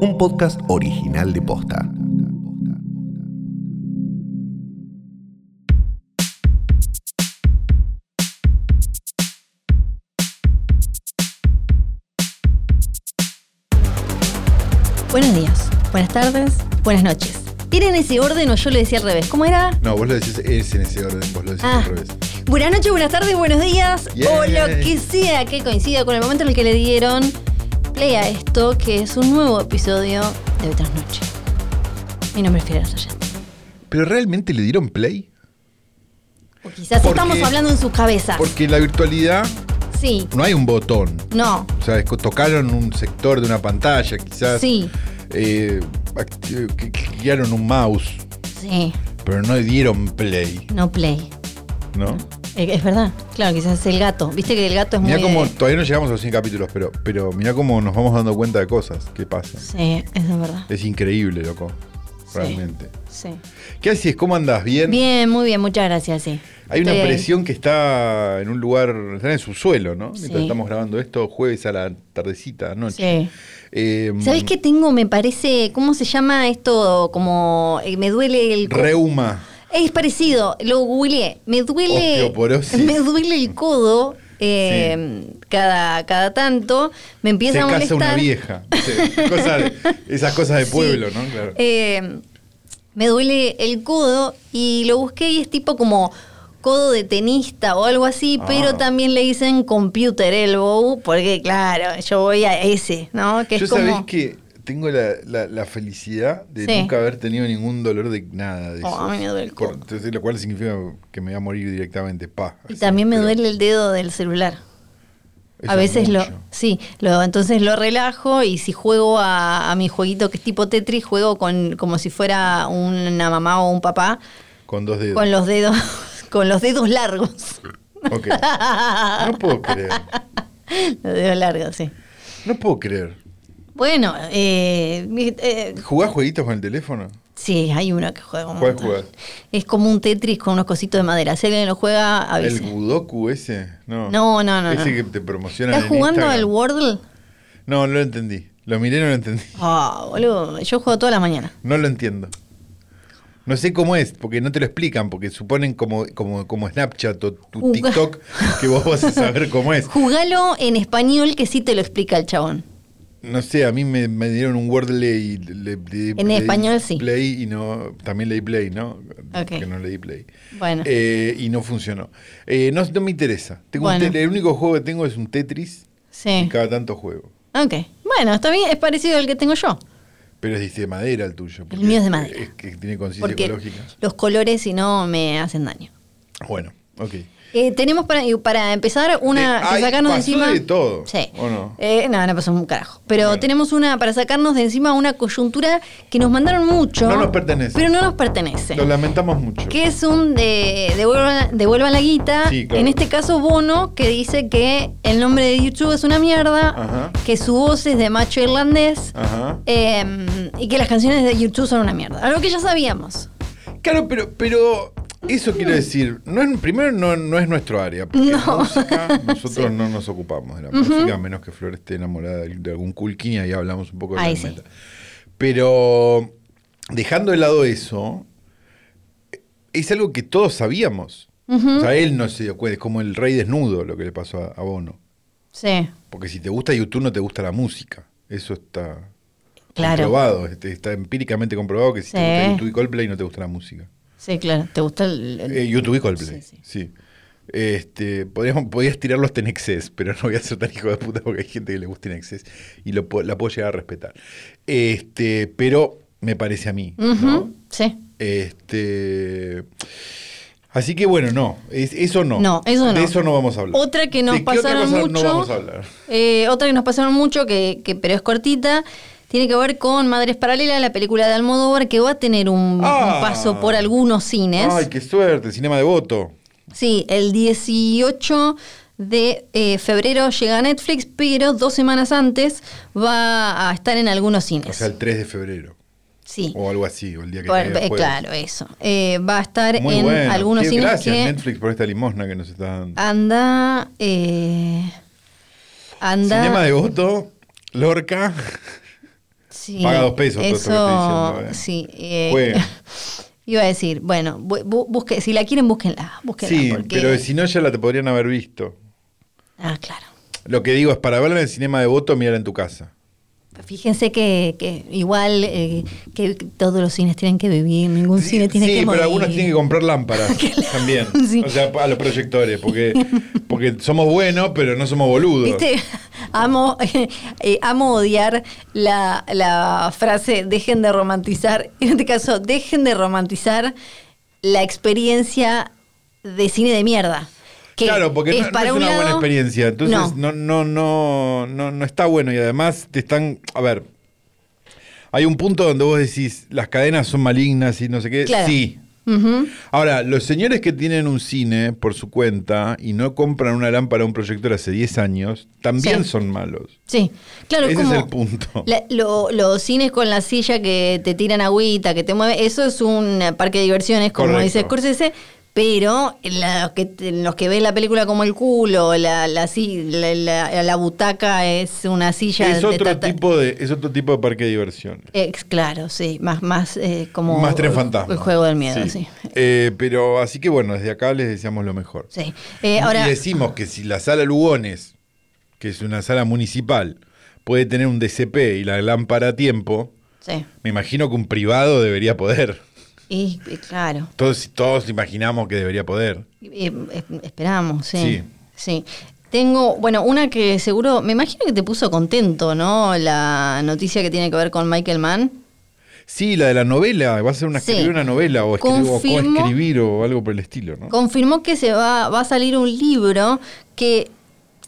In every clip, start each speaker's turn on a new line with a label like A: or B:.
A: Un podcast original de Posta.
B: Buenos días, buenas tardes, buenas noches. ¿Era en ese orden o yo lo decía al revés? ¿Cómo era?
C: No, vos lo decís es en ese orden, vos lo decís
B: Ah.
C: al revés.
B: Buenas noches, buenas tardes, buenos días o
C: Yeah.
B: lo que sea que coincida con el momento en el que le dieron play a esto, que es un nuevo episodio de Hoy tras Noche. Mi nombre es Fiorella Sargent.
C: Pero realmente le dieron play?
B: O quizás
C: Porque-
B: estamos hablando en sus cabezas.
C: Porque en la virtualidad
B: Sí,
C: no hay un botón.
B: no,
C: O sea, es que tocaron un sector de una pantalla, quizás.
B: sí,
C: Eh, acti- que- que guiaron un mouse,
B: sí,
C: pero no le dieron play,
B: no play.
C: ¿no?
B: Eh, Es verdad, claro, quizás el gato. Viste que el gato es
C: Mirá
B: muy.
C: cómo,
B: de-
C: todavía no llegamos a los 100 capítulos, pero, pero mirá cómo nos vamos dando cuenta de cosas que pasan.
B: Sí, es de verdad.
C: Es increíble, loco.
B: Sí.
C: Realmente.
B: Sí.
C: ¿Qué haces? ¿Cómo andas? ¿Bien?
B: Bien, muy bien, muchas gracias, sí.
C: Hay una
B: Estoy ahí.
C: presión que está en un lugar, está en su suelo, ¿no?
B: Sí.
C: Mientras estamos grabando esto, jueves a la tardecita, noche.
B: Sí.
C: Eh,
B: ¿Sabes qué tengo? Me parece, ¿cómo se llama esto? Como eh, me duele el co-
C: Reuma.
B: Es parecido, lo googleé. Me duele.
C: Osteoporosis.
B: Me duele el codo eh, cada, cada tanto. Me
C: Se
B: empieza a
C: casa
B: molestar.
C: una vieja. Sí, cosas de- esas cosas de
B: Sí.
C: pueblo, ¿no? Claro.
B: Eh, me duele el codo y lo busqué y es tipo como codo de tenista o algo así,
C: Ah.
B: pero también le dicen computer elbow, porque claro, yo voy a ese, ¿no? Que
C: Yo
B: es como...
C: sabés que tengo la, la- la felicidad de
B: Sí.
C: nunca haber tenido ningún dolor de nada de
B: Oh,
C: eso.
B: a mí me duele el codo.
C: lo cual significa que me voy a morir directamente, pa.
B: Y
C: Así,
B: también me
C: pero
B: duele el dedo del celular.
C: eso
B: A
C: es
B: veces lo,
C: mucho.
B: sí, lo, entonces lo relajo y si juego a, a mi jueguito que es tipo Tetris, juego con como si fuera una mamá o un papá,
C: Con dos dedos.
B: con los dedos, con los dedos largos.
C: Ok. No puedo creer.
B: los dedos largos, sí.
C: No puedo creer.
B: Bueno, eh, eh,
C: ¿Jugás jueguitos con el teléfono?
B: sí, hay uno que juega. un
C: ¿Cuál
B: montón.
C: jugás?
B: Es como un Tetris con unos cositos de madera. Si alguien lo juega,
C: ¿El
B: avise.
C: Budoku ese? No.
B: No, no, no,
C: Ese
B: no.
C: que te promocionan
B: ¿Estás
C: en
B: jugando
C: Instagram.
B: al Wordle?
C: No, no lo entendí. Lo miré y no lo entendí.
B: Ah, boludo, yo juego todas las mañanas.
C: No lo entiendo. No sé cómo es, porque no te lo explican, porque suponen como, como, como Snapchat o tu
B: Juga-
C: TikTok que vos vas a saber cómo es.
B: Jugalo en español que sí te lo explica el chabón.
C: No sé, a mí me, me dieron un Wordle y le, le-
B: En
C: le di
B: español sí.
C: Play y no, también leí Play, ¿no?
B: Ok.
C: Que no leí Play.
B: Bueno.
C: Eh, y no funcionó. Eh, no, no me interesa. Tengo un
B: Bueno.
C: tel- el único juego que tengo es un Tetris y
B: Sí.
C: cada tanto juego.
B: Ok. Bueno, está bien, es parecido al que tengo yo.
C: Pero es de madera el tuyo. porque
B: mío es de
C: es-
B: madera.
C: Es que tiene conciencia
B: Porque
C: ecológica.
B: los colores si no me hacen daño.
C: Bueno, ok.
B: Eh, tenemos para, y para empezar una
C: Eh,
B: que
C: ay,
B: sacarnos de
C: pasó
B: encima.
C: de todo,
B: Sí.
C: ¿o no?
B: Eh, no, no pasó un carajo. Pero
C: Bueno.
B: tenemos una para sacarnos de encima una coyuntura que nos mandaron mucho.
C: No nos pertenece.
B: Pero no nos pertenece.
C: Lo lamentamos mucho.
B: que es un de devuelvan, devuelvan la guita.
C: Sí, claro.
B: En este caso, Bono, que dice que el nombre de YouTube es una mierda,
C: Ajá. Ah.
B: que su voz es de macho irlandés
C: Ajá.
B: eh, y que las canciones de YouTube son una mierda. Algo que ya sabíamos.
C: Claro, pero, pero eso quiero decir, no es, primero no, no es nuestro área, porque
B: No.
C: música nosotros no nos ocupamos de la música, a menos que Flor esté enamorada de, de algún culquín y ahí hablamos un poco de
B: Ahí
C: la
B: sí.
C: meta. Pero dejando de lado eso, es algo que todos sabíamos. O sea, él no se dio cuenta, es como el rey desnudo lo que le pasó a, a Bono.
B: Sí,
C: Porque si te gusta YouTube no te gusta la música. Eso está
B: claro.
C: comprobado, este, está empíricamente comprobado que si te gusta
B: Sí.
C: YouTube y Coldplay no te gusta la música.
B: Sí, claro. ¿Te gusta el.? el-
C: Eh, YouTube y Coldplay.
B: Sí,
C: Sí. Este, podríamos, podías tirarlo hasta en exceso, pero no voy a ser tan hijo de puta porque hay gente que le gusta en exceso y lo, puedo- la puedo llegar a respetar. Este, pero me parece a mí. ¿no?
B: Ujú, Sí.
C: Este. Así que bueno, no, es- eso no.
B: No, eso no.
C: De eso no vamos a hablar.
B: Otra que nos
C: ¿De qué otra
B: pasaron
C: cosa
B: mucho.
C: No vamos a hablar.
B: eh, otra que nos pasaron mucho, que, que- pero es cortita. Tiene que ver con Madres Paralelas, la película de Almodóvar, que va a tener un,
C: Ah.
B: un paso por algunos cines.
C: Ay, qué suerte, cinema de voto.
B: Sí, el 18 de eh, febrero llega a Netflix, pero dos semanas antes va a estar en algunos cines.
C: O sea, el 3 de febrero.
B: sí.
C: O algo así, o el día que
B: Por-
C: caiga el
B: eh,
C: jueves.
B: claro, eso. Eh, va a estar
C: Muy
B: en
C: bueno.
B: algunos
C: Qué
B: cines
C: gracias
B: que
C: Netflix por esta limosna que nos está dando.
B: anda. eh, Anda.
C: Cinema de voto, Lorca.
B: Sí,
C: Paga dos pesos, todo
B: Eso,
C: esto que estoy diciendo, eh.
B: sí. eh,
C: Juega.
B: iba a decir, bueno, bu- bu- busque, si la quieren, búsquenla. búsquenla
C: Sí,
B: porque-
C: pero si no ya la te podrían haber visto.
B: Ah, claro.
C: Lo que digo es, para verla en el cinema de voto, mirar en tu casa.
B: Fíjense que, que igual eh, que todos los cines tienen que vivir, ningún cine tiene
C: sí,
B: que
C: pero
B: morir.
C: algunos tienen que comprar lámparas también.
B: Sí.
C: O sea, a los proyectores, porque, porque somos buenos, pero no somos boludos.
B: ¿Viste? Amo, eh, amo odiar la, la frase dejen de romantizar. En este caso, dejen de romantizar la experiencia de cine de mierda. que
C: claro, porque no- no, es
B: para un
C: una buena
B: lado-
C: experiencia. Entonces,
B: No.
C: no. No, no, no, no está bueno. Y además te están. A ver. Hay un punto donde vos decís, las cadenas son malignas y no sé qué.
B: Claro.
C: Sí.
B: Ujú.
C: Ahora, los señores que tienen un cine por su cuenta y no compran una lámpara o un proyector hace 10 años, también
B: Sí.
C: son malos.
B: Sí, claro,
C: Ese
B: como
C: es el punto.
B: la- lo- los cines con la silla que te tiran agüita, que te mueve, eso es un eh, parque de diversiones, como
C: Correcto.
B: dice Scorsese, pero la- que te- los que ven la película como el culo, la, la, si- la, la- la butaca es una silla
C: es
B: de
C: otro
B: tata-
C: tipo de es otro tipo de parque de diversiones.
B: Ex- claro, sí, más, más eh, como
C: Más tren fantasma.
B: el juego del miedo, sí.
C: Eh, pero así que bueno, desde acá les deseamos lo mejor.
B: Sí. Eh, ahora,
C: y decimos que si la sala Lugones, que es una sala municipal, puede tener un DCP y la lámpara a tiempo,
B: sí.
C: me imagino que un privado debería poder.
B: Y, y claro.
C: Todos, todos imaginamos que debería poder.
B: Eh, eh, esperamos, sí.
C: Sí.
B: sí. Tengo, bueno, una que seguro, me imagino que te puso contento, ¿no? La noticia que tiene que ver con Michael Mann.
C: Sí, la de la novela, va a ser una,
B: Sí.
C: escribir una novela o, escri- o
B: Confirmo-
C: coescribir o algo por el estilo, ¿no?
B: Confirmó que se va, va a salir un libro que.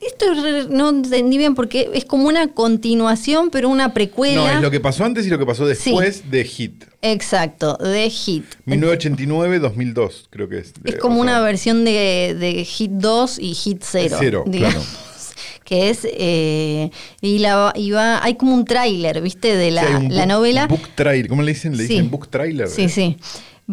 B: Esto es re- no entendí bien porque es como una continuación, pero una precuela.
C: No, es lo que pasó antes y lo que pasó después
B: Sí.
C: de Hit.
B: Exacto, de Hit.
C: 1989-2002, creo que es.
B: Es
C: Eh,
B: como
C: o sea,
B: una versión de, de Hit 2 y Hit 0.
C: Cero,
B: digamos.
C: claro.
B: Que es. eh, y, la, y va- hay como un tráiler, ¿viste? De la,
C: sí, hay un
B: la
C: book-
B: novela.
C: Book trailer. ¿Cómo le dicen? Le
B: Sí.
C: dicen book trailer.
B: Sí, sí.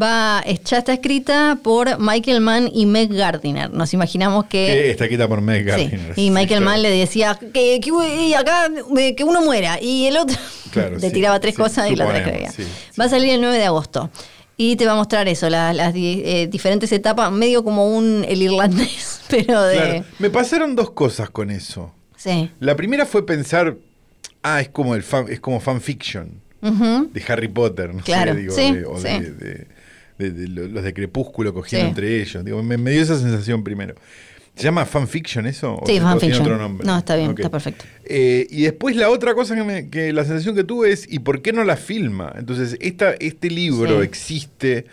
B: Va, es- ya está escrita por Michael Mann y Meg Gardiner. Nos imaginamos
C: Eh, Que
B: que.
C: está quieta por Meg
B: sí.
C: Gardner.
B: Y Michael
C: Sí,
B: Mann
C: claro.
B: le decía que, que uy, acá eh, que uno muera y el otro
C: Claro,
B: le
C: sí,
B: tiraba tres
C: sí,
B: cosas y la otra
C: suponemos,
B: escribía.
C: sí, sí.
B: Va a salir el 9 de agosto y te va a mostrar eso, la- las di- eh, diferentes etapas, medio como un el irlandés, pero de
C: Claro. Me pasaron dos cosas con eso.
B: sí.
C: La primera fue pensar, ah, es como el fan, es como fanfiction
B: Ujú.
C: de Harry Potter, no sé,
B: Claro,
C: digo,
B: sí,
C: de- o
B: sí.
C: de, de- de- de lo- los de Crepúsculo cogiendo
B: Sí.
C: entre ellos. Digo, me, me dio esa sensación primero. ¿Se llama fanfiction eso?
B: Sí,
C: ¿O se- o tiene
B: fanfiction.
C: otro nombre?
B: No, está bien,
C: Ok.
B: está perfecto.
C: Eh, y después la otra cosa que, me- que la sensación que tuve es, ¿y por qué no la filma? Entonces, esta, este libro
B: Sí.
C: existe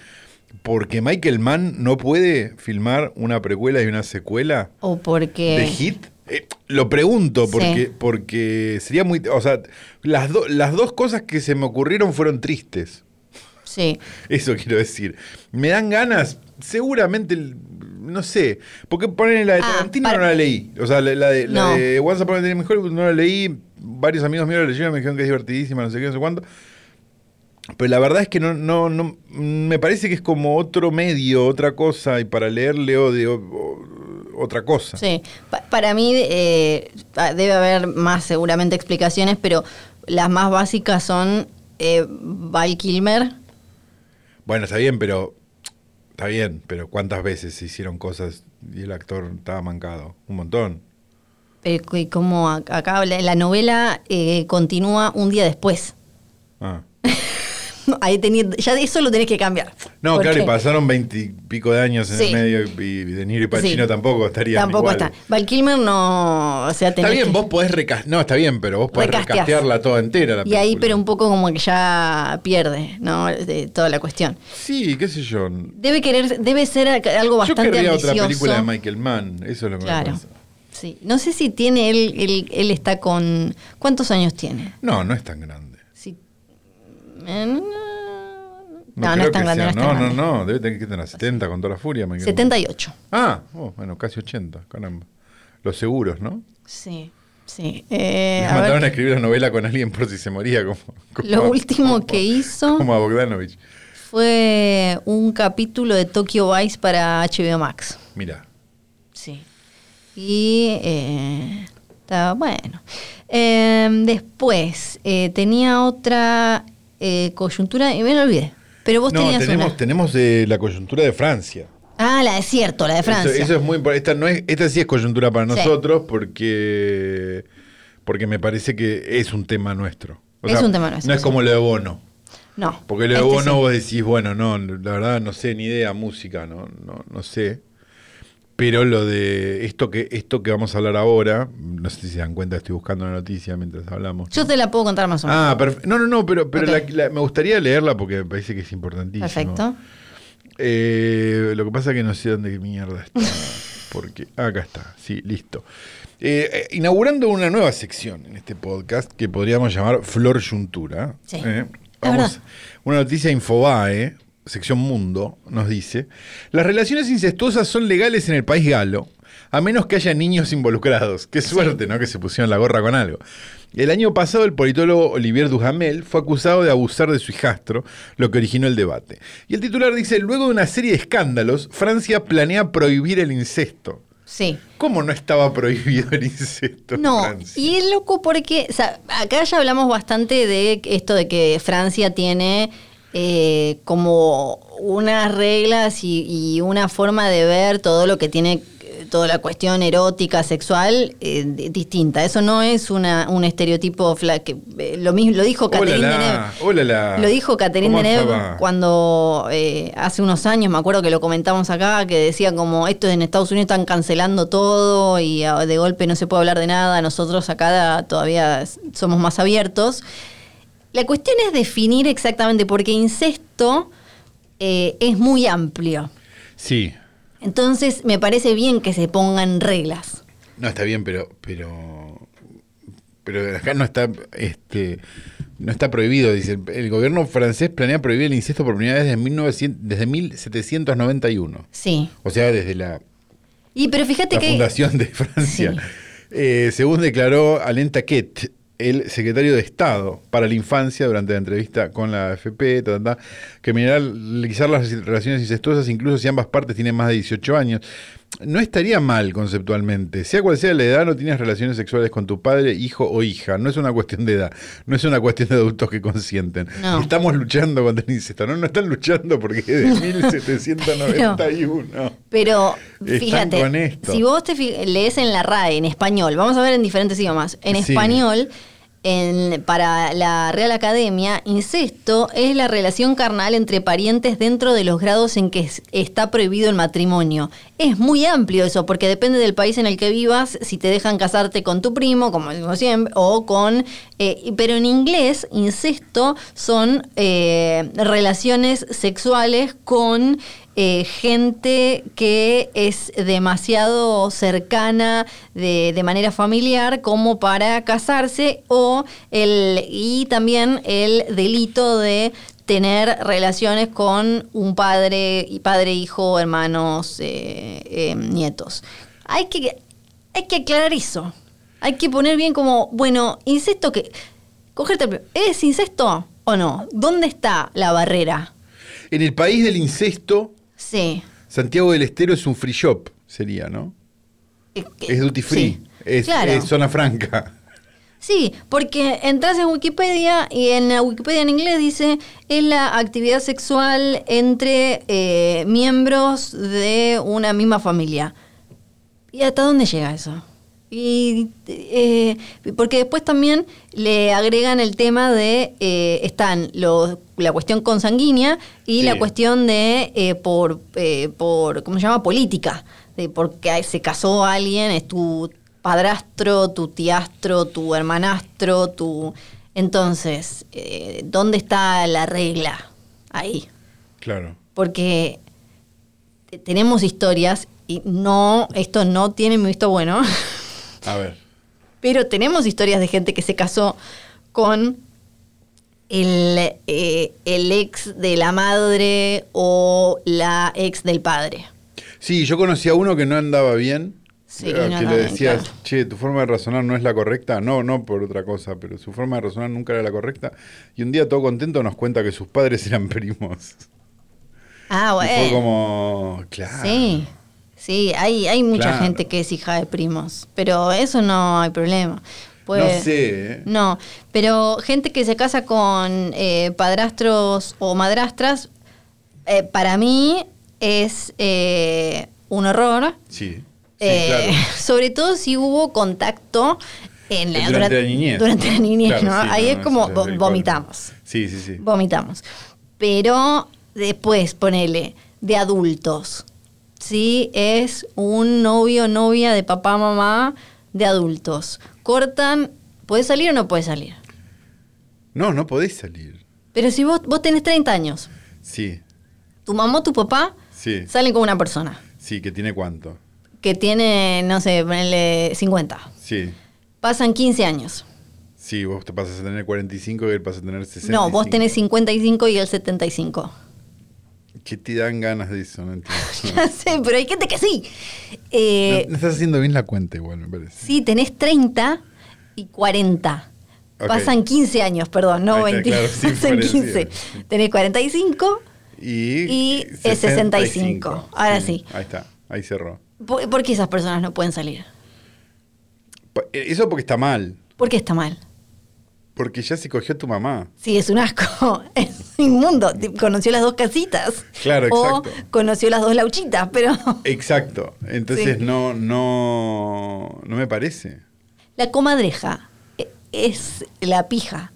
C: porque Michael Mann no puede filmar una precuela y una secuela
B: O porque
C: de Hit? Eh, lo pregunto porque,
B: Sí.
C: porque sería muy... O sea, las, do- las dos cosas que se me ocurrieron fueron tristes.
B: sí.
C: Eso quiero decir. Me dan ganas, seguramente, l- no sé. Porque ponen la de
B: Ah,
C: Tarantino
B: para-
C: no la leí. O sea, la, la de, la
B: No.
C: de Once Upon a Time in Hollywood no la leí. Varios amigos míos la leyeron, me dijeron que es divertidísima, no sé qué, no sé cuánto. Pero la verdad es que no, no, no, me parece que es como otro medio, otra cosa, y para leerle o de o- o- otra cosa.
B: Sí, Pa- para mí eh, ah, debe haber más seguramente explicaciones, pero las más básicas son eh, Val Kilmer.
C: Bueno, está bien, pero. Está bien, pero ¿cuántas veces se hicieron cosas y el actor estaba mancado? Un montón.
B: eh, que como ac- acá habla- la novela eh, continúa un día después.
C: Ah.
B: Ahí tení- ya de eso lo tenés que cambiar.
C: No,
B: Porque
C: claro, y pasaron veintipico de años en
B: Sí.
C: el medio y, y De Niro y Pacino
B: Sí.
C: tampoco estarían
B: Tampoco
C: igual.
B: está. Val Kilmer no. O sea,
C: Está
B: tenés
C: bien,
B: que-
C: vos podés recas- No, está bien, pero vos podés
B: Recasteás.
C: recastearla toda entera la
B: Y ahí,
C: película.
B: pero un poco como que ya pierde, ¿no? De toda la cuestión.
C: Sí, qué sé yo.
B: Debe querer, debe ser ac- algo
C: Yo
B: bastante
C: querría
B: ambicioso.
C: otra película de Michael Mann, eso es lo que me
B: Claro.
C: pasa.
B: Sí. No sé si tiene él, él, él está con. ¿Cuántos años tiene?
C: No, no es tan grande.
B: Si- eh, no, no, no
C: creo
B: es tan
C: que
B: grande. No,
C: sea.
B: es tan
C: no,
B: grande.
C: no, no, debe tener que tener 70 con toda la furia, Michael Mann.
B: 78.
C: Ah, oh, bueno, casi 80, caramba. Los seguros, ¿no?
B: Sí, sí. Eh,
C: Les
B: a
C: mandaron a
B: ver,
C: escribir una novela con alguien por si se moría, como, como
B: lo
C: a-
B: último
C: como-
B: que hizo
C: Como a Bogdanovich.
B: fue un capítulo de Tokyo Vice para HBO Max.
C: Mira,
B: Sí. Y eh, Está bueno. Eh, después, eh, tenía otra eh, coyuntura y me lo olvidé. Pero vos
C: No,
B: tenías
C: tenemos,
B: una.
C: tenemos eh, la coyuntura de Francia.
B: Ah, la de cierto, la de Francia.
C: Eso, eso es muy importante. Esta, no es, esta sí es coyuntura para
B: Sí.
C: nosotros porque, porque me parece que es un tema nuestro.
B: Es un tema nuestro,
C: No es
B: sí.
C: como lo de Bono.
B: no.
C: Porque lo de
B: este
C: Bono
B: sí.
C: vos decís, bueno, no, la verdad no sé ni idea, música, no, no, no sé. Pero lo de esto que, esto que vamos a hablar ahora, no sé si se dan cuenta, estoy buscando la noticia mientras hablamos.
B: Yo te la puedo contar más o menos.
C: Ah, perfecto. No, no, no, pero, pero
B: Ok.
C: la- la- me gustaría leerla porque me parece que es importantísimo.
B: Perfecto.
C: Eh, lo que pasa es que no sé dónde mierda está. Porque ah, acá está, sí, listo. Eh, eh, inaugurando una nueva sección en este podcast que podríamos llamar Flor Yuntura.
B: Sí,
C: eh,
B: la
C: vamos-
B: verdad.
C: una noticia de Infobae, sección Mundo, nos dice: Las relaciones incestuosas son legales en el país galo, a menos que haya niños involucrados. Qué suerte, ¿no? Que se pusieron la gorra con algo. El año pasado, el politólogo Olivier Duhamel fue acusado de abusar de su hijastro, lo que originó el debate. Y el titular dice: Luego de una serie de escándalos, Francia planea prohibir el incesto.
B: Sí.
C: ¿Cómo no estaba prohibido el incesto? en
B: No,
C: Francia?
B: y es loco porque o sea, acá ya hablamos bastante de esto de que Francia tiene eh, como unas reglas y, y una forma de ver todo lo que tiene, eh, toda la cuestión erótica, sexual, eh, di- distinta. Eso no es una, un estereotipo, fla- que, eh, lo mismo lo dijo Catherine Deneuve.
C: Olala, olala.
B: Lo dijo Catherine
C: Ah, ¿Cómo
B: Deneuve
C: estaba?
B: cuando eh, hace unos años, me acuerdo que lo comentamos acá, que decía como esto en Estados Unidos están cancelando todo y ah, de golpe no se puede hablar de nada, nosotros acá da- todavía s- somos más abiertos. La cuestión es definir exactamente, porque incesto eh, es muy amplio.
C: Sí.
B: Entonces me parece bien que se pongan reglas.
C: No, está bien, pero, pero, pero acá no está, este, no está prohibido. Dice, el, el gobierno francés planea prohibir el incesto por primera vez desde, 1900 desde 1791.
B: Sí.
C: O sea, desde la,
B: Y pero fíjate
C: la
B: que...
C: fundación de Francia.
B: Sí.
C: Eh, según declaró Alain Taquet, el secretario de Estado para la Infancia durante la entrevista con la AFP, ta, ta, ta, que mineralizar las relaciones incestuosas, incluso si ambas partes tienen más de 18 años. No estaría mal conceptualmente. Sea cual sea la edad, no tienes relaciones sexuales con tu padre, hijo o hija. No es una cuestión de edad. No es una cuestión de adultos que consienten.
B: No.
C: Estamos luchando contra el incesto. No, no están luchando porque es de 1791.
B: Pero
C: Están
B: fíjate,
C: con esto.
B: si vos te fi- lees en la RAE en español, vamos a ver en diferentes idiomas, en
C: Sí.
B: español, en- para la Real Academia, incesto es la relación carnal entre parientes dentro de los grados en que es- está prohibido el matrimonio. Es muy amplio eso, porque depende del país en el que vivas, si te dejan casarte con tu primo, como decimos siempre, o con... eh, y- pero en inglés, incesto son eh, relaciones sexuales con eh, gente que es demasiado cercana de, de manera familiar como para casarse o el y también el delito de tener relaciones con un padre y padre hijo hermanos eh, eh, nietos hay que hay que aclarar eso hay que poner bien como bueno incesto que cogerte el- es incesto o no dónde está la barrera
C: En el país del incesto,
B: sí
C: Santiago del Estero es un free shop, sería, ¿no?
B: Eh, que-
C: Es duty free,
B: sí.
C: es,
B: Claro.
C: es zona franca.
B: Sí, porque entras en Wikipedia y en la Wikipedia en inglés dice es la actividad sexual entre eh, miembros de una misma familia. ¿Y hasta dónde llega eso? Y eh, porque después también le agregan el tema de eh, están los, la cuestión consanguínea y
C: Sí.
B: la cuestión de eh, por eh, por cómo se llama política de porque se casó alguien es tu padrastro tu tiastro tu hermanastro tu entonces eh, dónde está la regla ahí
C: Claro.
B: porque te- tenemos historias y no, esto no tiene mi visto bueno,
C: A ver.
B: pero tenemos historias de gente que se casó con el, eh, el ex de la madre o la ex del padre.
C: Sí, yo conocí a uno que no andaba bien.
B: Sí,
C: eh,
B: no
C: que
B: andaba
C: le
B: bien,
C: decías,
B: claro.
C: che, tu forma de razonar no es la correcta. No, no por otra cosa, pero su forma de razonar nunca era la correcta. Y un día todo contento nos cuenta que sus padres eran primos.
B: Ah,
C: Y fue
B: bueno.
C: como, claro.
B: Sí. Sí, hay, hay mucha
C: Claro.
B: gente que es hija de primos, pero eso no hay problema. Pues, Puede-
C: No sé, ¿eh?
B: No, pero gente que se casa con eh, padrastros o madrastras, eh, para mí es eh, un horror.
C: Sí. Sí,
B: Eh,
C: claro.
B: Sobre todo si hubo contacto en la,
C: Durante la niñez.
B: durante la niñez,
C: Claro,
B: ¿no?
C: sí,
B: Ahí
C: no,
B: es
C: no,
B: como
C: eso
B: vo-
C: es el
B: vomitamos.
C: colmo. Sí, sí, sí.
B: Vomitamos. Pero después, ponele, de adultos. Sí, es un novio, novia de papá, mamá, de adultos. Cortan, ¿puede salir o no puede salir?
C: No, no podés salir.
B: Pero si vos, vos tenés 30 años,
C: Sí,
B: tu mamá, tu papá,
C: sí,
B: salen con una persona
C: sí, que tiene cuánto.
B: que tiene, no sé, ponele 50.
C: Sí,
B: Pasan 15 años.
C: sí, vos te pasas a tener 45 y él pasa a tener 60.
B: No, vos tenés 55 y él 75.
C: ¿Qué te dan ganas de eso? No entiendo.
B: ya sé, pero hay gente que sí. Eh,
C: No, no estás haciendo bien la cuenta igual, me parece.
B: Sí, tenés 30 y 40.
C: Ok.
B: Pasan 15 años, perdón, no
C: Ahí
B: 20.
C: está, claro, sí,
B: pasan
C: parecido.
B: 15. Tenés 45. Y
C: Y,
B: es 65. Ahora sí.
C: Ahí está, ahí cerró.
B: ¿Por, por qué esas personas no pueden salir?
C: Pa- eh, Eso porque está mal,
B: ¿Por qué está mal?
C: porque ya se cogió a tu mamá.
B: Sí, es un asco. Es inmundo. Te- Conoció las dos casitas.
C: Claro,
B: o
C: exacto.
B: conoció las dos lauchitas, pero.
C: Exacto, entonces
B: Sí.
C: no, no, no me parece.
B: La comadreja e- es la pija.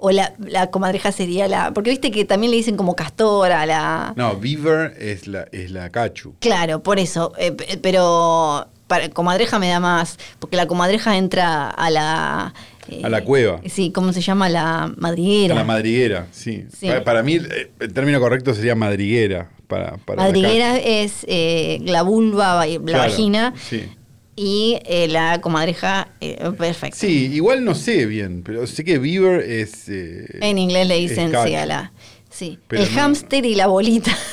B: O la, la comadreja sería la. Porque viste que también le dicen como castora, la.
C: No, Beaver es la, es la cachu.
B: Claro, por eso. eh, p- pero para comadreja me da más, porque la comadreja entra a la... eh,
C: A la cueva.
B: Sí, ¿cómo se llama? La madriguera.
C: A La madriguera, sí.
B: Sí.
C: Pa- Para, mí eh, el término correcto sería madriguera. Para, para la
B: madriguera es eh, la vulva, va- la
C: Claro,
B: vagina,
C: Sí.
B: y eh, la comadreja, eh, perfecto.
C: Sí, igual no sé bien, pero sé que Beaver es... eh,
B: En inglés le
C: es
B: dicen sí
C: cacho.
B: a la... Sí,
C: Pero
B: el
C: no-
B: hámster y la bolita,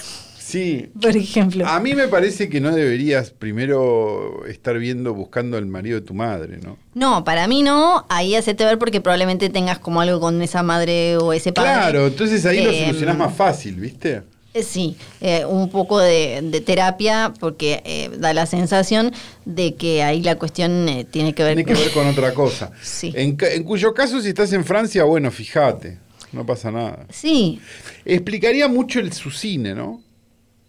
C: Sí.
B: por ejemplo.
C: A mí me parece que no deberías primero estar viendo, buscando al marido de tu madre, ¿no?
B: No, para mí no, ahí hacete ver porque probablemente tengas como algo con esa madre o ese padre.
C: Claro, entonces ahí lo
B: Em,
C: solucionás más fácil, ¿viste?
B: Eh, Sí, eh, un poco de, de terapia porque eh, da la sensación de que ahí la cuestión eh, tiene que ver
C: Tiene que ver con otra cosa.
B: Sí.
C: En, ca- en cuyo caso, si estás en Francia, bueno, fíjate, no pasa nada.
B: Sí,
C: Explicaría mucho el, su cine, ¿no?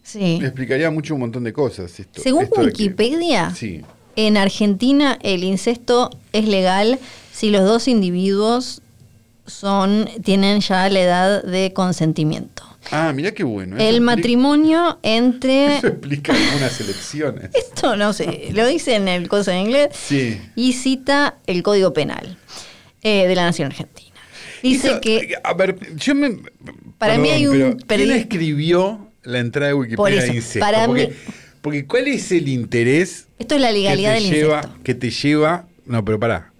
B: sí.
C: Explicaría mucho un montón de cosas. Esto,
B: Según
C: esto de que-
B: Wikipedia,
C: Sí.
B: en Argentina el incesto es legal si los dos individuos son tienen ya la edad de consentimiento.
C: Ah, mirá qué bueno. eso
B: El
C: expli-
B: matrimonio entre
C: Eso explica algunas elecciones.
B: esto no sé, lo dice en el coso en inglés
C: Sí.
B: y cita el Código Penal eh, de la Nación Argentina. Dice
C: Eso-
B: que
C: A ver, yo me.
B: Para mí hay un
C: pero ¿Quién
B: perdi-
C: escribió la entrada de Wikipedia
B: Por eso,
C: de incesto?
B: para
C: porque,
B: mí-
C: porque ¿cuál es el interés
B: Esto es la legalidad
C: que
B: del
C: te lleva.
B: incesto.
C: Que te lleva. No, pero pará.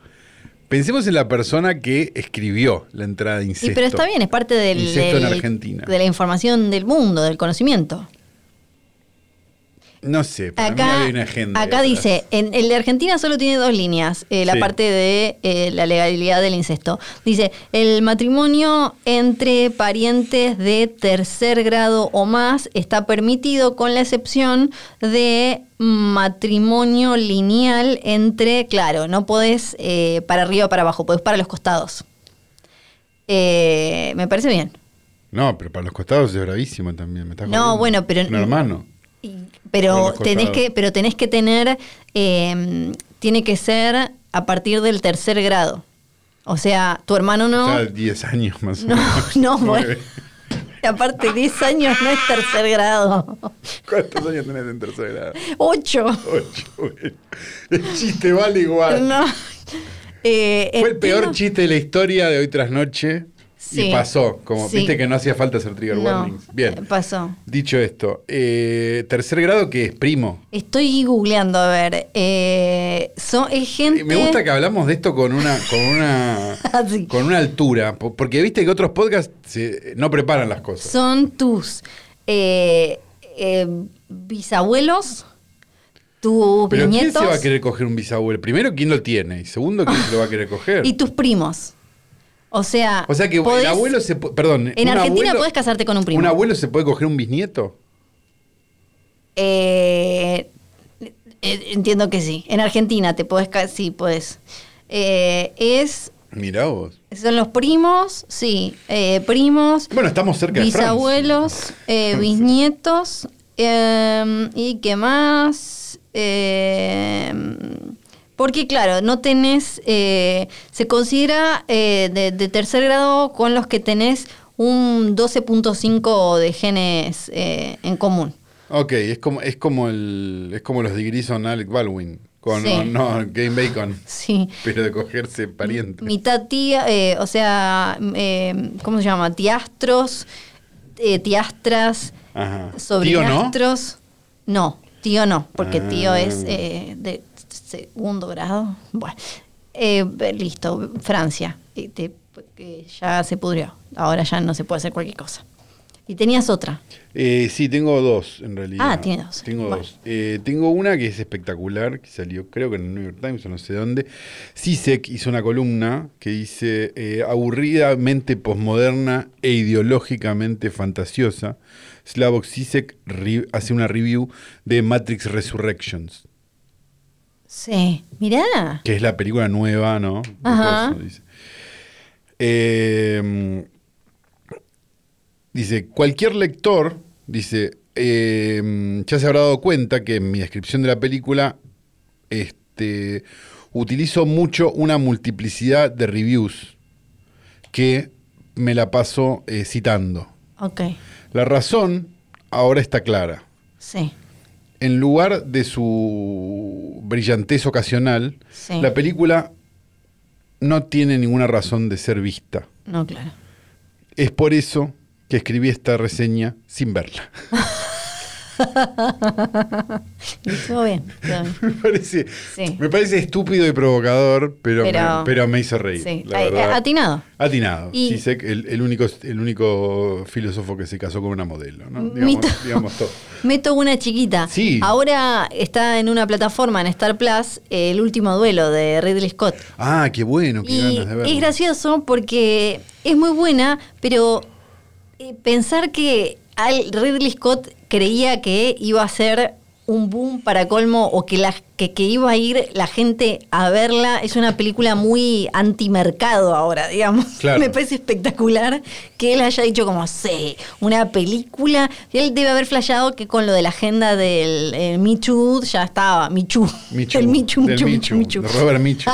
C: Pensemos en la persona que escribió la entrada de
B: Y
C: incesto.
B: pero está bien, es parte del,
C: Incesto en
B: del-
C: Argentina.
B: de la información del mundo, del conocimiento.
C: No sé, para mí
B: Acá,
C: hay una agenda.
B: acá
C: detrás.
B: dice, en, el de Argentina solo tiene dos líneas, eh, la
C: Sí.
B: parte de eh, la legalidad del incesto. Dice, el matrimonio entre parientes de tercer grado o más está permitido con la excepción de matrimonio lineal entre, claro, no podés eh, para arriba o para abajo, podés para los costados. Eh, me parece bien.
C: No, pero para los costados es bravísimo también. Me estás
B: No,
C: jodiendo.
B: bueno, pero-
C: Un hermano.
B: Y-
C: Por
B: Pero
C: los
B: tenés
C: costados.
B: que, pero tenés que tener, eh, tiene que ser a partir del tercer grado. O sea, tu hermano no.
C: O sea, 10 años más o
B: No,
C: menos.
B: no,
C: Nueve.
B: bueno. Aparte, 10 años no es tercer grado.
C: ¿Cuántos años tenés en tercer grado?
B: 8.
C: Ocho, güey. El chiste vale igual.
B: No. Eh,
C: Fue el peor
B: entiendo-
C: chiste de la historia de hoy tras noche.
B: Sí.
C: Y pasó. Como
B: Sí.
C: viste que no hacía falta hacer trigger
B: No,
C: warnings.
B: eh,
C: Bien.
B: Pasó.
C: Dicho esto, eh, tercer grado que es primo.
B: Estoy googleando, a ver. Eh, son, es gente. Ah,
C: Eh, Me gusta que hablamos de esto con una, con una,
B: Así.
C: con una altura, po- porque viste que otros podcasts se- no preparan las cosas.
B: son tus eh, eh, bisabuelos, tus
C: Pero ¿quién
B: nietos
C: se va a querer coger un bisabuelo? Primero, ¿quién lo tiene? Y segundo, ¿quién se lo va a querer coger?
B: y tus primos. O sea,
C: O sea que
B: podés-
C: el abuelo se pu- Perdón.
B: en
C: un
B: Argentina
C: abuelo-
B: podés casarte con un primo.
C: ¿Un abuelo se puede coger un bisnieto?
B: Eh, eh, entiendo que sí. En Argentina te podés, ca- sí, podés. Eh, es,
D: Mirá vos.
B: son los primos, sí, eh, primos,
D: Bueno, estamos cerca de Francia.
B: bisabuelos, eh, bisnietos, eh, y qué más. Eh, porque claro, no tenés, eh, se considera eh, de, de tercer grado con los que tenés un 12.5 de genes eh, en común.
C: Ok, es como, es como el. es como los de Grison Alec Baldwin. Con
B: Sí.
C: no, no, Game Bacon.
B: Sí.
C: Pero de cogerse pariente.
B: Mitad tía, eh, o sea, eh, ¿cómo se llama? Tiastros, eh, tiastras,
C: Ajá.
B: sobrinastros. no? tío no, porque
C: Ah.
B: tío es eh, de segundo grado. Bueno, eh, listo, Francia. Y te- que ya se pudrió. Ahora ya no se puede hacer cualquier cosa. Y tenías otra.
C: Eh, sí, tengo dos en realidad.
B: Ah, tiene dos.
C: Tengo
B: Bueno.
C: dos. Eh, tengo una que es espectacular, que salió creo que en el New York Times o no sé dónde. Sisek hizo una columna que dice eh, aburridamente posmoderna e ideológicamente fantasiosa. Slavoj Sisek re- hace una review de Matrix Resurrections,
B: Sí, mirá.
C: que es la película nueva, ¿no? De
B: Ajá.
C: coso, dice. Eh, Dice, cualquier lector, dice, eh, ya se habrá dado cuenta que en mi descripción de la película este, utilizo mucho una multiplicidad de reviews que me la paso eh, citando.
B: Ok,
C: La razón ahora está clara.
B: sí.
C: En lugar de su brillantez ocasional,
B: Sí.
C: la película no tiene ninguna razón de ser vista.
B: No, claro.
C: Es por eso que escribí esta reseña sin verla.
B: Estuvo bien, estuvo bien.
C: me, parece,
B: Sí.
C: me parece estúpido y provocador, pero,
B: Pero-
C: me, pero me hizo reír.
B: Sí,
C: la
B: a-
C: verdad.
B: atinado.
C: Atinado.
B: Y-
C: Sí, sé que el, el único, el único filósofo que se casó con una modelo, ¿no?
B: Mito.
C: Digamos, digamos todo.
B: Meto una chiquita.
C: Sí.
B: Ahora está en una plataforma, en Star Plus, eh, el último duelo de Ridley Scott.
C: Ah, qué bueno, qué
B: Y
C: ganas de verlo.
B: es gracioso porque es muy buena, pero eh, pensar que al Ridley Scott creía que iba a ser un boom para colmo o que, la, que, que iba a ir la gente a verla es una película muy antimercado ahora, digamos.
C: Claro.
B: Me parece espectacular que él haya dicho como, sí, una película. Y él debe haber flasheado que con lo de la agenda del eh, Michu ya estaba, Michu.
C: Michu,
B: el Michu,
C: del
B: Michu, Michu, Michu.
C: de Robert Michu.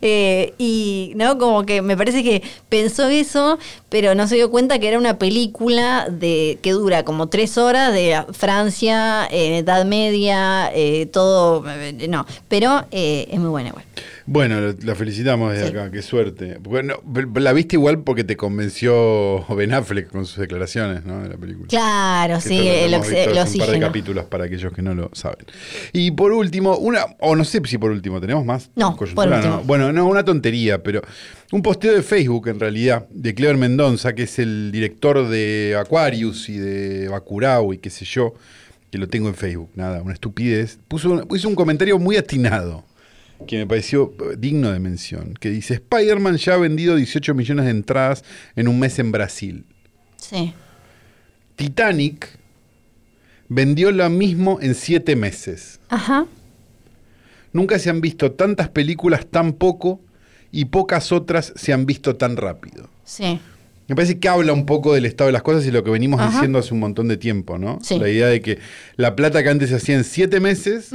B: Eh, y, ¿no? Como que me parece que pensó eso, pero no se dio cuenta que era una película de que dura como tres horas de Francia, eh, Edad Media, eh, todo. eh, No, pero eh, es muy buena igual.
C: Bueno, la- la felicitamos desde
B: Sí.
C: acá, qué suerte. Bueno, la viste igual porque te convenció Ben Affleck con sus declaraciones, ¿no? De la película.
B: Claro,
C: que
B: sí,
C: esto lo
B: el,
C: hemos
B: oxi- el
C: visto hace un par de
B: oxígeno.
C: capítulos para aquellos que no lo saben. Y por último, una, o no sé si por último, ¿tenemos más?
B: No,
C: Coyuntura,
B: por último.
C: no. Bueno, no, una tontería, pero un posteo de Facebook en realidad, de Clever Mendonza, que es el director de Aquarius y de Bacurau y qué sé yo, que lo tengo en Facebook, nada, una estupidez. Puso un- hizo un comentario muy atinado que me pareció eh, digno de mención, que dice, Spider-Man ya ha vendido 18 millones de entradas en un mes en Brasil.
B: Sí.
C: Titanic vendió lo mismo en siete meses.
B: Ajá.
C: Nunca se han visto tantas películas tan poco y pocas otras se han visto tan rápido.
B: Sí.
C: Me parece que habla un poco del estado de las cosas y lo que venimos
B: Ajá.
C: diciendo hace un montón de tiempo, ¿no?
B: Sí.
C: La idea de que la plata que antes se hacía en siete meses,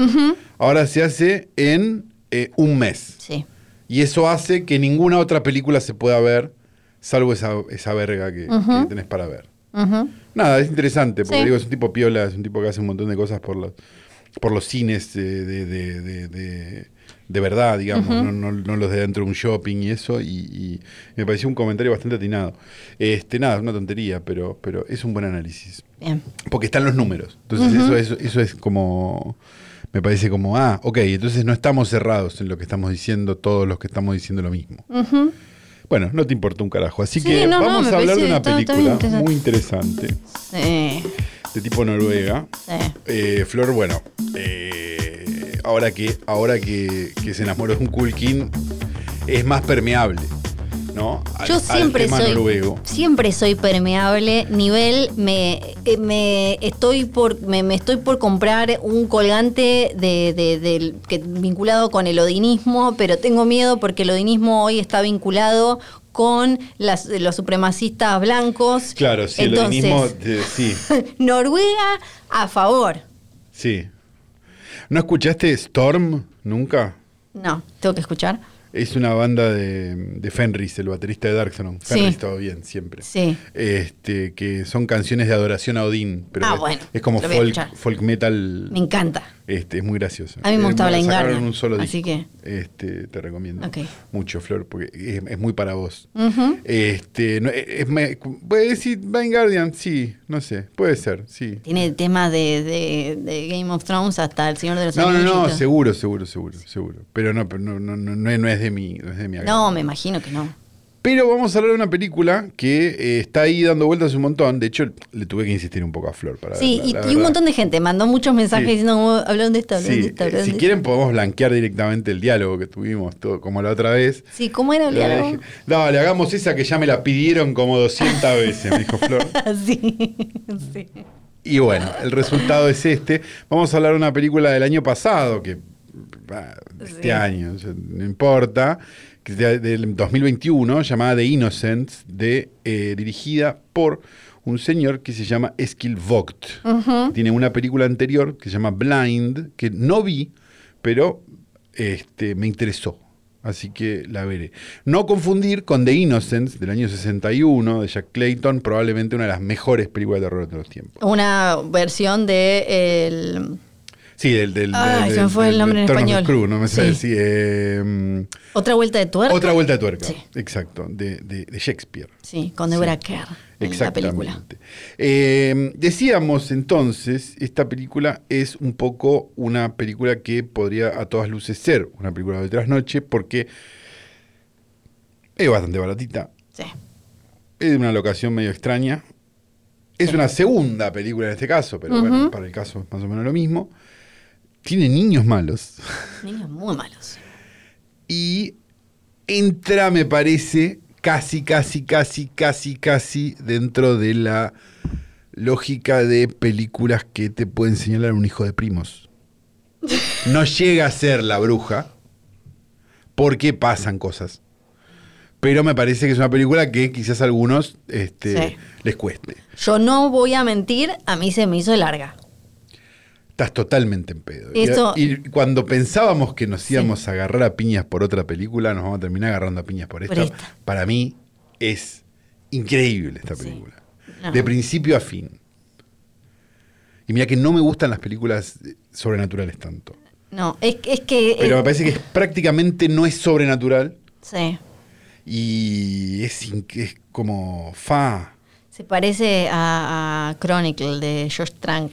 C: ahora se hace en eh, un mes.
B: Sí.
C: Y eso hace que ninguna otra película se pueda ver, salvo esa, esa verga que- que
B: Ujú.
C: tenés para ver.
B: Ujú.
C: Nada, es interesante, porque
B: Sí.
C: digo, es un tipo piola, es un tipo que hace un montón de cosas por los, por los cines eh, de, de, de- de- de verdad, digamos, no, no- no los de dentro de un shopping y eso, y, y me pareció un comentario bastante atinado. Este, nada, es una tontería, pero, pero es un buen análisis.
B: Bien.
C: Porque están los números. Entonces eso, eso, eso es como, me parece como, ah, ok, entonces no estamos cerrados en lo que estamos diciendo, todos los que estamos diciendo lo mismo.
B: Ujú.
C: Bueno, no te importa un carajo. Así
B: Mm. Sí,
C: que
B: no, no,
C: vamos
B: me
C: a hablar
B: parece-
C: de una
B: está- está
C: película
B: bien interesante.
C: muy interesante
B: Sí.
C: de tipo Noruega.
B: Sí.
C: Eh, Flor, bueno, eh, ahora, que, ahora que, que se enamoró de un Kulkin, es más permeable. ¿no? Al-
B: Yo
C: al
B: siempre
C: tema
B: soy
C: noruego.
B: siempre soy permeable, nivel me, eh, me estoy por me, me estoy por comprar un colgante de, de- del- que, vinculado con el odinismo, pero tengo miedo porque el odinismo hoy está vinculado con las- los supremacistas blancos.
C: Claro, sí,
B: Entonces,
C: el odinismo, eh, sí,
B: Noruega a favor.
C: sí. ¿No escuchaste Storm nunca?
B: No, tengo que escuchar.
C: Es una banda de, de Fenris, el baterista de Darkson.
B: Sí.
C: Fenris todo bien, siempre.
B: Sí.
C: Este, que son canciones de adoración a Odín, pero
B: Ah,
C: es,
B: bueno,
C: es como
B: lo voy a
C: folk,
B: escuchar.
C: folk metal.
B: Me encanta.
C: Este, es muy gracioso.
B: A mí me gusta
C: Eh,
B: Blind
C: sacaron
B: Guardian,
C: un solo disco.
B: así que-
C: Este, te recomiendo.
B: Ok.
C: Mucho, Flor, porque es, es muy para vos.
B: Ujú.
C: Este, no, es, es me- puede decir Blind Guardian, sí, no sé, puede ser, sí.
B: Tiene temas de, de- de Game of Thrones hasta El Señor de los
C: No, no,
B: Anillos.
C: no,
B: todo.
C: seguro, seguro, seguro, seguro. Pero no, pero no, no, no, no es- no es de mi, no es de mi agrado.
B: No, me imagino que no.
C: Pero vamos a hablar de una película que eh, está ahí dando vueltas un montón. De hecho, le tuve que insistir un poco a Flor para
B: Sí, y,
C: verla, la
B: y
C: verdad.
B: un montón de gente mandó muchos mensajes
C: Sí.
B: diciendo, "Oh, hablaron de esto, hablaron de
C: Sí,
B: esto,
C: eh,
B: hablaron
C: si
B: de
C: quieren podemos blanquear directamente el diálogo que tuvimos, todo como la otra vez.
B: esto". Sí, ¿cómo era el
C: Le
B: diálogo?
C: dije, Eh, Dale, hagamos esa que ya me la pidieron como 200 veces, me dijo Flor.
B: Ah, sí, sí.
C: Y bueno, el resultado es este. Vamos a hablar de una película del año pasado, que bah, este
B: Sí.
C: año, o sea, no importa, que es de- del 2021, llamada The Innocents, de, eh, dirigida por un señor que se llama Eskil Vogt. Tiene una película anterior que se llama Blind, que no vi, pero este, me interesó. Así que la veré. No confundir con The Innocents del año 61 de Jack Clayton, probablemente una de las mejores películas de terror de los tiempos.
B: Una versión de el
C: Sí, del. del
B: Ay,
C: del-
B: Ah, se me fue
C: del-
B: el nombre
C: del
B: en
C: Turn of the
B: español.
C: Screw, no me sale.
B: Sí.
C: Sí, eh,
B: Otra Vuelta de Tuerca.
C: otra vuelta de tuerca.
B: Sí.
C: Exacto, de, de- de Shakespeare.
B: Sí, con Deborah Kerr en la película.
C: Exactamente. Eh, decíamos entonces, esta película es un poco una película que podría a todas luces ser una película de trasnoche porque es bastante baratita,
B: Sí.
C: es de una locación medio extraña. Es una segunda película en este caso, pero bueno,
B: Ujú.
C: para el caso es más o menos lo mismo. Tiene niños malos.
B: Niños muy malos.
C: y entra, me parece, casi, casi, casi, casi, casi dentro de la lógica de películas que te pueden señalar un hijo de primos. No llega a ser la bruja porque pasan cosas. Pero me parece que es una película que quizás a algunos este,
B: Sí.
C: les cueste.
B: Yo no voy a mentir, a mí se me hizo larga.
C: Estás totalmente en pedo. Y-
B: Eso-
C: Y, cuando pensábamos que nos íbamos a agarrar a piñas por otra película, nos vamos a terminar agarrando a piñas por esta.
B: Por esta.
C: Para mí es increíble esta
B: Sí.
C: película.
B: No.
C: De principio a fin. Y mira que no me gustan las películas eh, sobrenaturales tanto.
B: No, es, es que...
C: Pero me
B: eh,
C: parece que es- prácticamente no es sobrenatural
B: sí.
C: y es, in- es como fa.
B: Se parece a, a Chronicle de George Trank.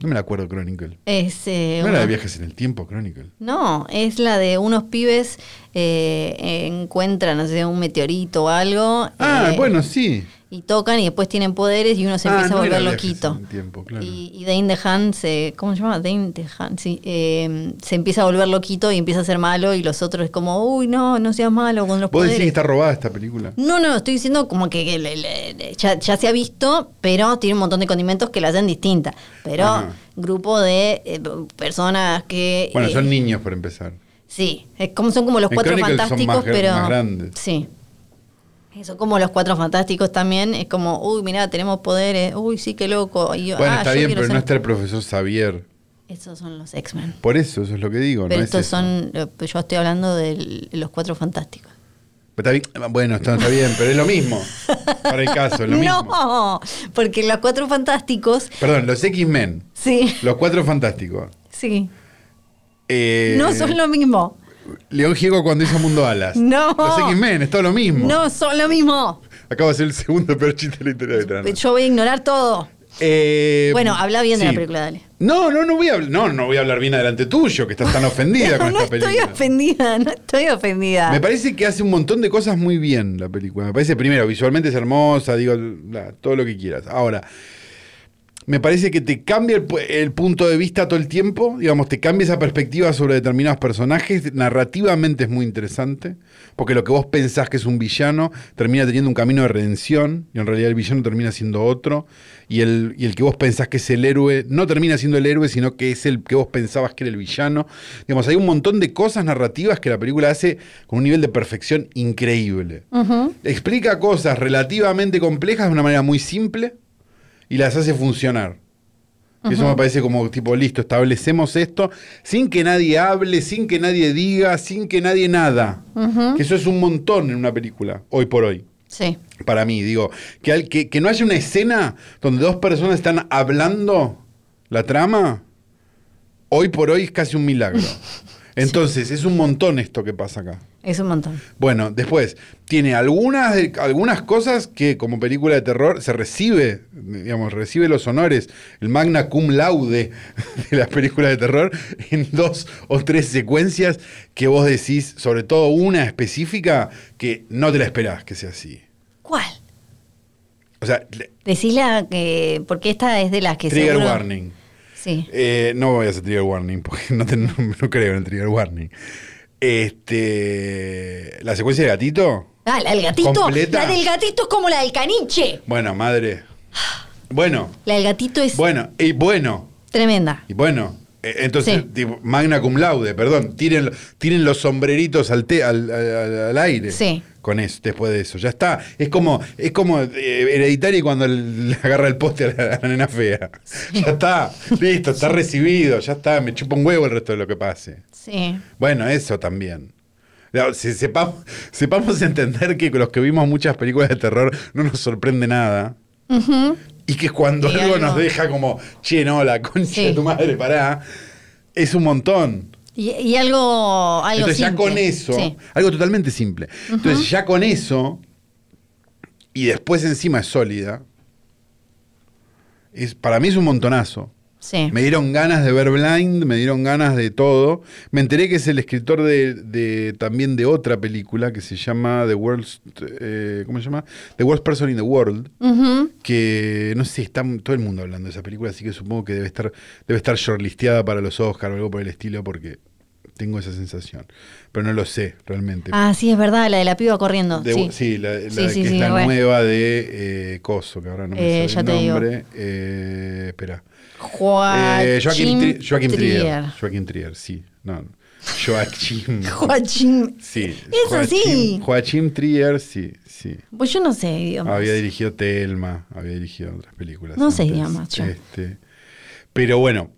C: No me la acuerdo Chronicle.
B: Es, eh,
C: No era de
B: una- Eh,
C: viajes en el tiempo, Chronicle.
B: No, es la de unos pibes eh, encuentran, no sé, un meteorito o algo.
C: Ah,
B: eh,
C: bueno, sí.
B: Y tocan y después tienen poderes y uno se
C: Ah,
B: empieza
C: no
B: a
C: era
B: volver
C: Viajes
B: loquito.
C: en el tiempo, claro.
B: Y, y Dane DeHaan se. ¿Cómo se llama? Dane DeHaan, sí. eh, se empieza a volver loquito y empieza a ser malo y los otros es como, uy, no, no seas malo con los
C: Vos
B: poderes.
C: decís que está robada esta película.
B: No, no, estoy diciendo como que, que le- le- le- ya, ya se ha visto, pero tiene un montón de condimentos que la hacen distinta. Pero
C: Ajá.
B: grupo de eh, personas que...
C: Bueno,
B: eh,
C: son niños por empezar.
B: Sí, es como, son como los
C: En
B: cuatro
C: Chronicle son
B: fantásticos,
C: más gr-
B: pero...
C: más grandes.
B: Sí. Y Son como los cuatro fantásticos también. Es como, uy, mirá, tenemos poderes. Uy, sí, qué loco. Y yo,
C: Bueno,
B: ah,
C: está
B: yo
C: bien,
B: quiero
C: pero no
B: ser-
C: está el profesor Xavier.
B: Esos son los X-Men.
C: Por eso, eso es lo que digo.
B: pero
C: no es
B: estos
C: eso.
B: son... Yo estoy hablando de los cuatro fantásticos.
C: Pero está bien- Bueno, está, está bien, pero es lo mismo. Para el caso, es lo mismo.
B: no, porque los cuatro fantásticos...
C: Perdón, los X-Men.
B: Sí,
C: Los cuatro fantásticos.
B: sí.
C: Eh,
B: No son lo mismo.
C: León Giego cuando hizo Mundo Alas.
B: No.
C: Los X-Men, es todo lo mismo.
B: No son lo mismo.
C: Acabo de ser el segundo peor chiste de la historia de Trana.
B: Yo voy a ignorar todo.
C: Eh,
B: Bueno, habla bien de la
C: sí.
B: película, dale.
C: No, no, no voy a hablar. No, no voy a hablar bien adelante tuyo, que estás tan ofendida con
B: no
C: esta película.
B: estoy ofendida, no estoy ofendida.
C: Me parece que hace un montón de cosas muy bien la película. Me parece, primero, visualmente es hermosa, digo, la- todo lo que quieras. Ahora, me parece que te cambia el, pu- el punto de vista todo el tiempo, digamos, te cambia esa perspectiva sobre determinados personajes, narrativamente es muy interesante, porque lo que vos pensás que es un villano termina teniendo un camino de redención, y en realidad el villano termina siendo otro, y el, y el que vos pensás que es el héroe no termina siendo el héroe, sino que es el que vos pensabas que era el villano. Digamos, hay un montón de cosas narrativas que la película hace con un nivel de perfección increíble. Explica cosas relativamente complejas de una manera muy simple y las hace funcionar. Y Eso me parece como tipo, listo, establecemos esto sin que nadie hable, sin que nadie diga, sin que nadie nada. Que eso es un montón en una película, hoy por hoy.
E: Sí.
C: Para mí, digo, que, al- que, que no haya una escena donde dos personas están hablando la trama, hoy por hoy es casi un milagro. Entonces, es un montón esto que pasa acá.
E: Es un montón.
C: Bueno, después, tiene algunas, de- algunas cosas que como película de terror se recibe, digamos, recibe los honores, el magna cum laude de las películas de terror en dos o tres secuencias que vos decís, sobre todo una específica, que no te la esperás que sea así.
E: ¿Cuál?
C: O sea, le-
E: Decíla que. Porque esta es de las que
C: trigger
E: seguro-
C: warning.
E: Sí.
C: Eh, no voy a hacer trigger warning porque no, te- no- no creo en el trigger warning. Este, la secuencia de gatito.
E: Ah, la del gatito.
C: ¿Completa?
E: La del gatito es como la del caniche.
C: Bueno, madre. Bueno,
E: La del gatito es
C: bueno, y bueno,
E: tremenda.
C: y bueno. Eh, Entonces,
E: Sí.
C: tipo, magna cum laude, perdón, tiren, tiren los sombreritos al, te- al, al- al aire
E: Sí.
C: con eso, después de eso. Ya está. Es como, es como eh, hereditario cuando le agarra el poste a la, a la nena fea. Ya está, listo, está recibido, ya está, me chupa un huevo el resto de lo que pase.
E: Sí.
C: Bueno, eso también. No, si sepamos, sepamos entender que los que vimos muchas películas de terror no nos sorprende nada. Y que cuando
E: Y
C: algo
E: algo-
C: nos deja como, che, no, la concha
E: Sí.
C: de tu madre, pará, es un montón.
E: Y, y algo. algo
C: Entonces ya
E: simple.
C: con eso,
E: Sí.
C: algo totalmente simple. Entonces ya con eso, y después encima es sólida, es, para mí es un montonazo.
E: sí.
C: Me dieron ganas de ver Blind, me dieron ganas de todo. Me enteré que es el escritor de, de- también de otra película que se llama The Worst, eh, ¿cómo se llama? The Worst Person in the World,
E: Ujú.
C: que no sé, está todo el mundo hablando de esa película, así que supongo que debe estar debe estar shortlisteada para los Oscar o algo por el estilo porque tengo esa sensación, pero no lo sé realmente.
E: Ah, sí, es verdad, la de la piba corriendo.
C: De-
E: sí.
C: la, la
E: Sí,
C: que
E: sí,
C: es
E: sí,
C: la
E: re.
C: nueva de eh, Coso, que ahora no me
E: Eh,
C: sale
E: ya te
C: el
E: digo.
C: nombre. Eh, espera.
E: Joaquín,
C: Eh, Joaquín, Tri- Joaquín Trier.
E: Trier.
C: Joaquín Trier, sí. No, Joaquín.
E: Joaquín.
C: sí.
E: Eso sí.
C: Joaquín- Joaquín Trier, sí, sí.
E: Pues yo no sé idiomas.
C: Había dirigido Telma, había dirigido otras películas.
E: No sé
C: antes.
E: idiomas, yo.
C: Este, pero bueno,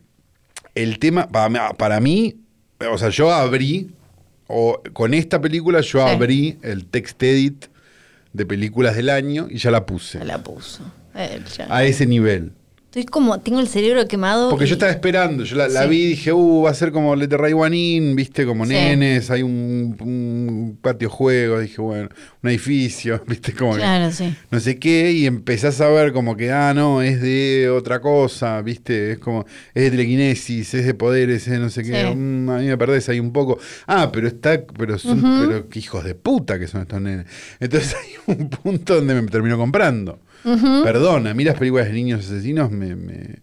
C: el tema, para, mí- para mí, o sea, yo abrí, o con esta película yo
E: Sí.
C: abrí el text edit de películas del año y ya la puse.
E: la puso. Eh, ya.
C: A ese nivel.
E: Estoy como, tengo el cerebro quemado.
C: Ah. Porque
E: y-
C: yo estaba esperando, yo la, la
E: Sí.
C: vi y dije, uh, va a ser como Letter Ray One In, viste, como
E: Sí.
C: nenes, hay un, un patio juego, dije, bueno, un edificio, viste, como que
E: Claro, sí.
C: no sé qué, y empezás a ver como que, ah, no, es de otra cosa, viste, es como, es de telequinesis, es de poderes, es de no sé qué,
E: Sí.
C: Mm, a mí me perdés ahí un poco. Ah, pero está, pero son,
E: Ujú.
C: pero qué hijos de puta que son estos nenes. Entonces hay un punto donde me terminó comprando.
E: Ujú.
C: Perdón, a mí las películas de niños asesinos me- me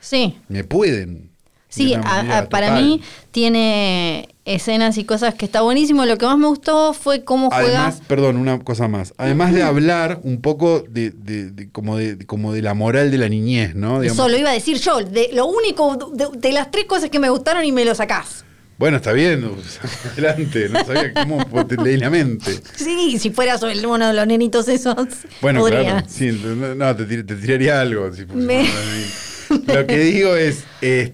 E: Sí.
C: me pueden.
E: Sí,
C: de una
E: a- a-
C: manera
E: para
C: total.
E: mí tiene escenas y cosas que está buenísimo. Lo que más me gustó fue cómo
C: Además,
E: juegas.
C: perdón, una cosa más. Además de hablar un poco de, de- de- como, de, de- como de la moral de la niñez, ¿no? Digamos,
E: Eso lo iba a decir yo. De, lo único, de, de las tres cosas que me gustaron y me lo sacás.
C: Bueno, está bien, o sea, adelante. No sabía cómo pues, te leí la mente.
E: Sí, si fuera sobre uno de los nenitos esos.
C: Bueno,
E: podría.
C: claro. Sí, no, no, te, tir- te tiraría algo. si fuese
E: Me-
C: para mí. Lo que digo es,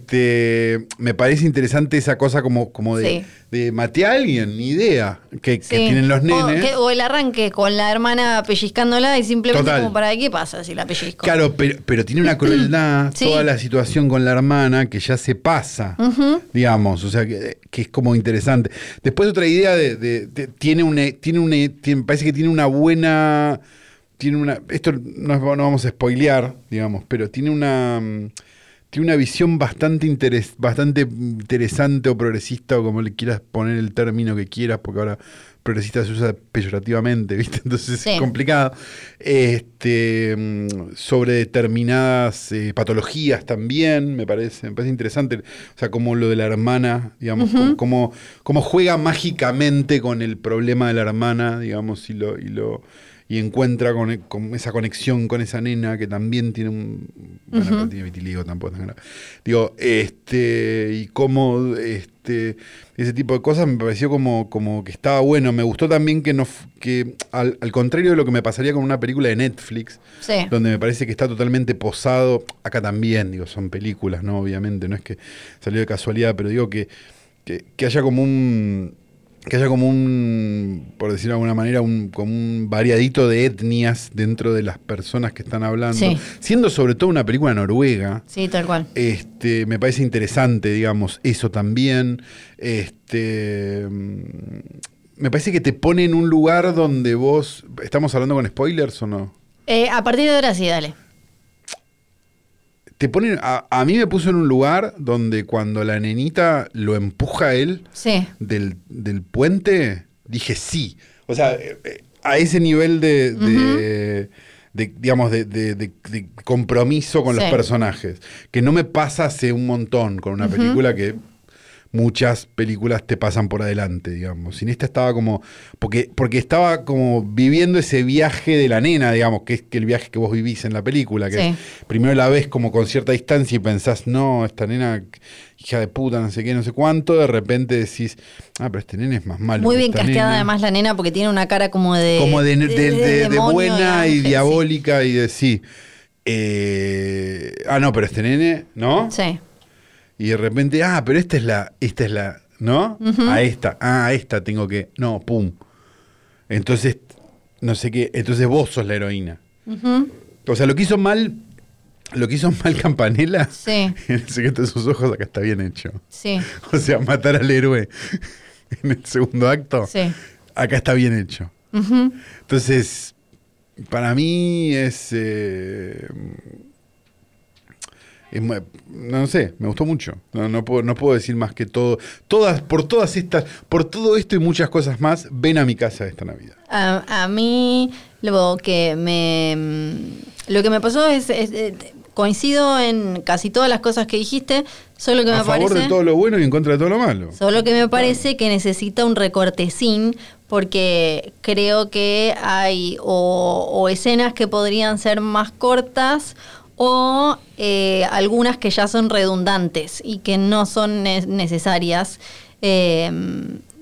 C: este, me parece interesante esa cosa como, como de,
E: Sí.
C: de maté a alguien, ni idea, que, que
E: Sí.
C: tienen los nenes.
E: O, que- o el arranque con la hermana pellizcándola y simplemente
C: Total.
E: como para qué pasa si la pellizco.
C: Claro, pero, pero tiene una crueldad
E: Sí.
C: toda la situación con la hermana que ya se pasa, digamos, o sea, que, que es como interesante. Después otra idea de, de- de- tiene una, tiene una, tiene- parece que tiene una buena, tiene una, esto no, es- no vamos a spoilear, digamos, pero tiene una, mm, tiene una visión bastante, interes- bastante interesante o progresista, o como le quieras poner el término que quieras, porque ahora progresista se usa peyorativamente, ¿viste? Entonces
E: Sí.
C: es complicado. Este, mm, sobre determinadas eh, patologías también, me parece, me parece interesante. O sea, como lo de la hermana, digamos, como, como- como juega mágicamente con el problema de la hermana, digamos, y lo... Y lo y encuentra con, con esa conexión con esa nena que también tiene un bueno, pero tiene vitiligo tampoco es tan grave. digo este y cómo este ese tipo de cosas me pareció como como que estaba bueno me gustó también que no f- que al, al contrario de lo que me pasaría con una película de Netflix
E: Sí.
C: donde me parece que está totalmente posado. Acá también, digo, son películas, ¿no? Obviamente, no es que salió de casualidad, pero digo que, que, que haya como un. Que haya como un, por decirlo de alguna manera, un, como un variadito de etnias dentro de las personas que están hablando.
E: Sí.
C: Siendo sobre todo una película noruega,
E: Sí, tal cual.
C: este, me parece interesante, digamos, eso también. Este, mm, me parece que te pone en un lugar donde vos... ¿Estamos hablando con spoilers o no?
B: Eh, a partir de ahora sí, dale.
C: te ponen a, a mí me puso en un lugar donde cuando la nenita lo empuja a él
B: Sí.
C: del, del puente dije sí o sea eh, eh, a ese nivel de, de- de, digamos de, de- de- de compromiso con los
B: Sí.
C: personajes que no me pasa hace un montón con una película que muchas películas te pasan por adelante digamos sin esta estaba como porque porque estaba como viviendo ese viaje de la nena digamos que es que el viaje que vos vivís en la película que
B: Sí.
C: es- primero la ves como con cierta distancia y pensás, no, esta nena, hija de puta, no sé qué, no sé cuánto, de repente decís, ah, pero este nene es más malo.
B: Muy
C: que
B: bien
C: esta
B: casteada
C: nena".
B: además la nena porque tiene una cara como de...
C: Como de, de- de- de
B: demonio,
C: buena
B: de
C: y
B: ángel, sí.
C: diabólica y de sí. eh, ah, no, pero este nene, ¿no?
B: Sí.
C: Y de repente, ah, pero esta es la, esta es la, ¿no? A esta, ah, a esta tengo que, no, pum. Entonces, no sé qué, entonces vos sos la heroína. O sea, lo que hizo mal, lo que hizo mal Campanella,
B: Sí.
C: en el secreto de sus ojos, acá está bien hecho.
B: Sí.
C: O sea, matar al héroe en el segundo acto,
B: Sí.
C: acá está bien hecho.
B: Ujú.
C: Entonces, para mí es... eh, es mu- no sé, me gustó mucho. No, no puedo, no puedo decir más que todo. Todas, por todas estas, por todo esto y muchas cosas más, ven a mi casa esta Navidad.
B: A, a mí lo que me mm, lo que me pasó es, es, eh, coincido en casi todas las cosas que dijiste, solo que
C: A
B: me
C: favor
B: parece
C: de todo lo bueno y en contra de todo lo malo.
B: solo que me parece que necesita un recortecín porque creo que hay o, o escenas que podrían ser más cortas o eh, algunas que ya son redundantes y que no son ne- necesarias. Eh,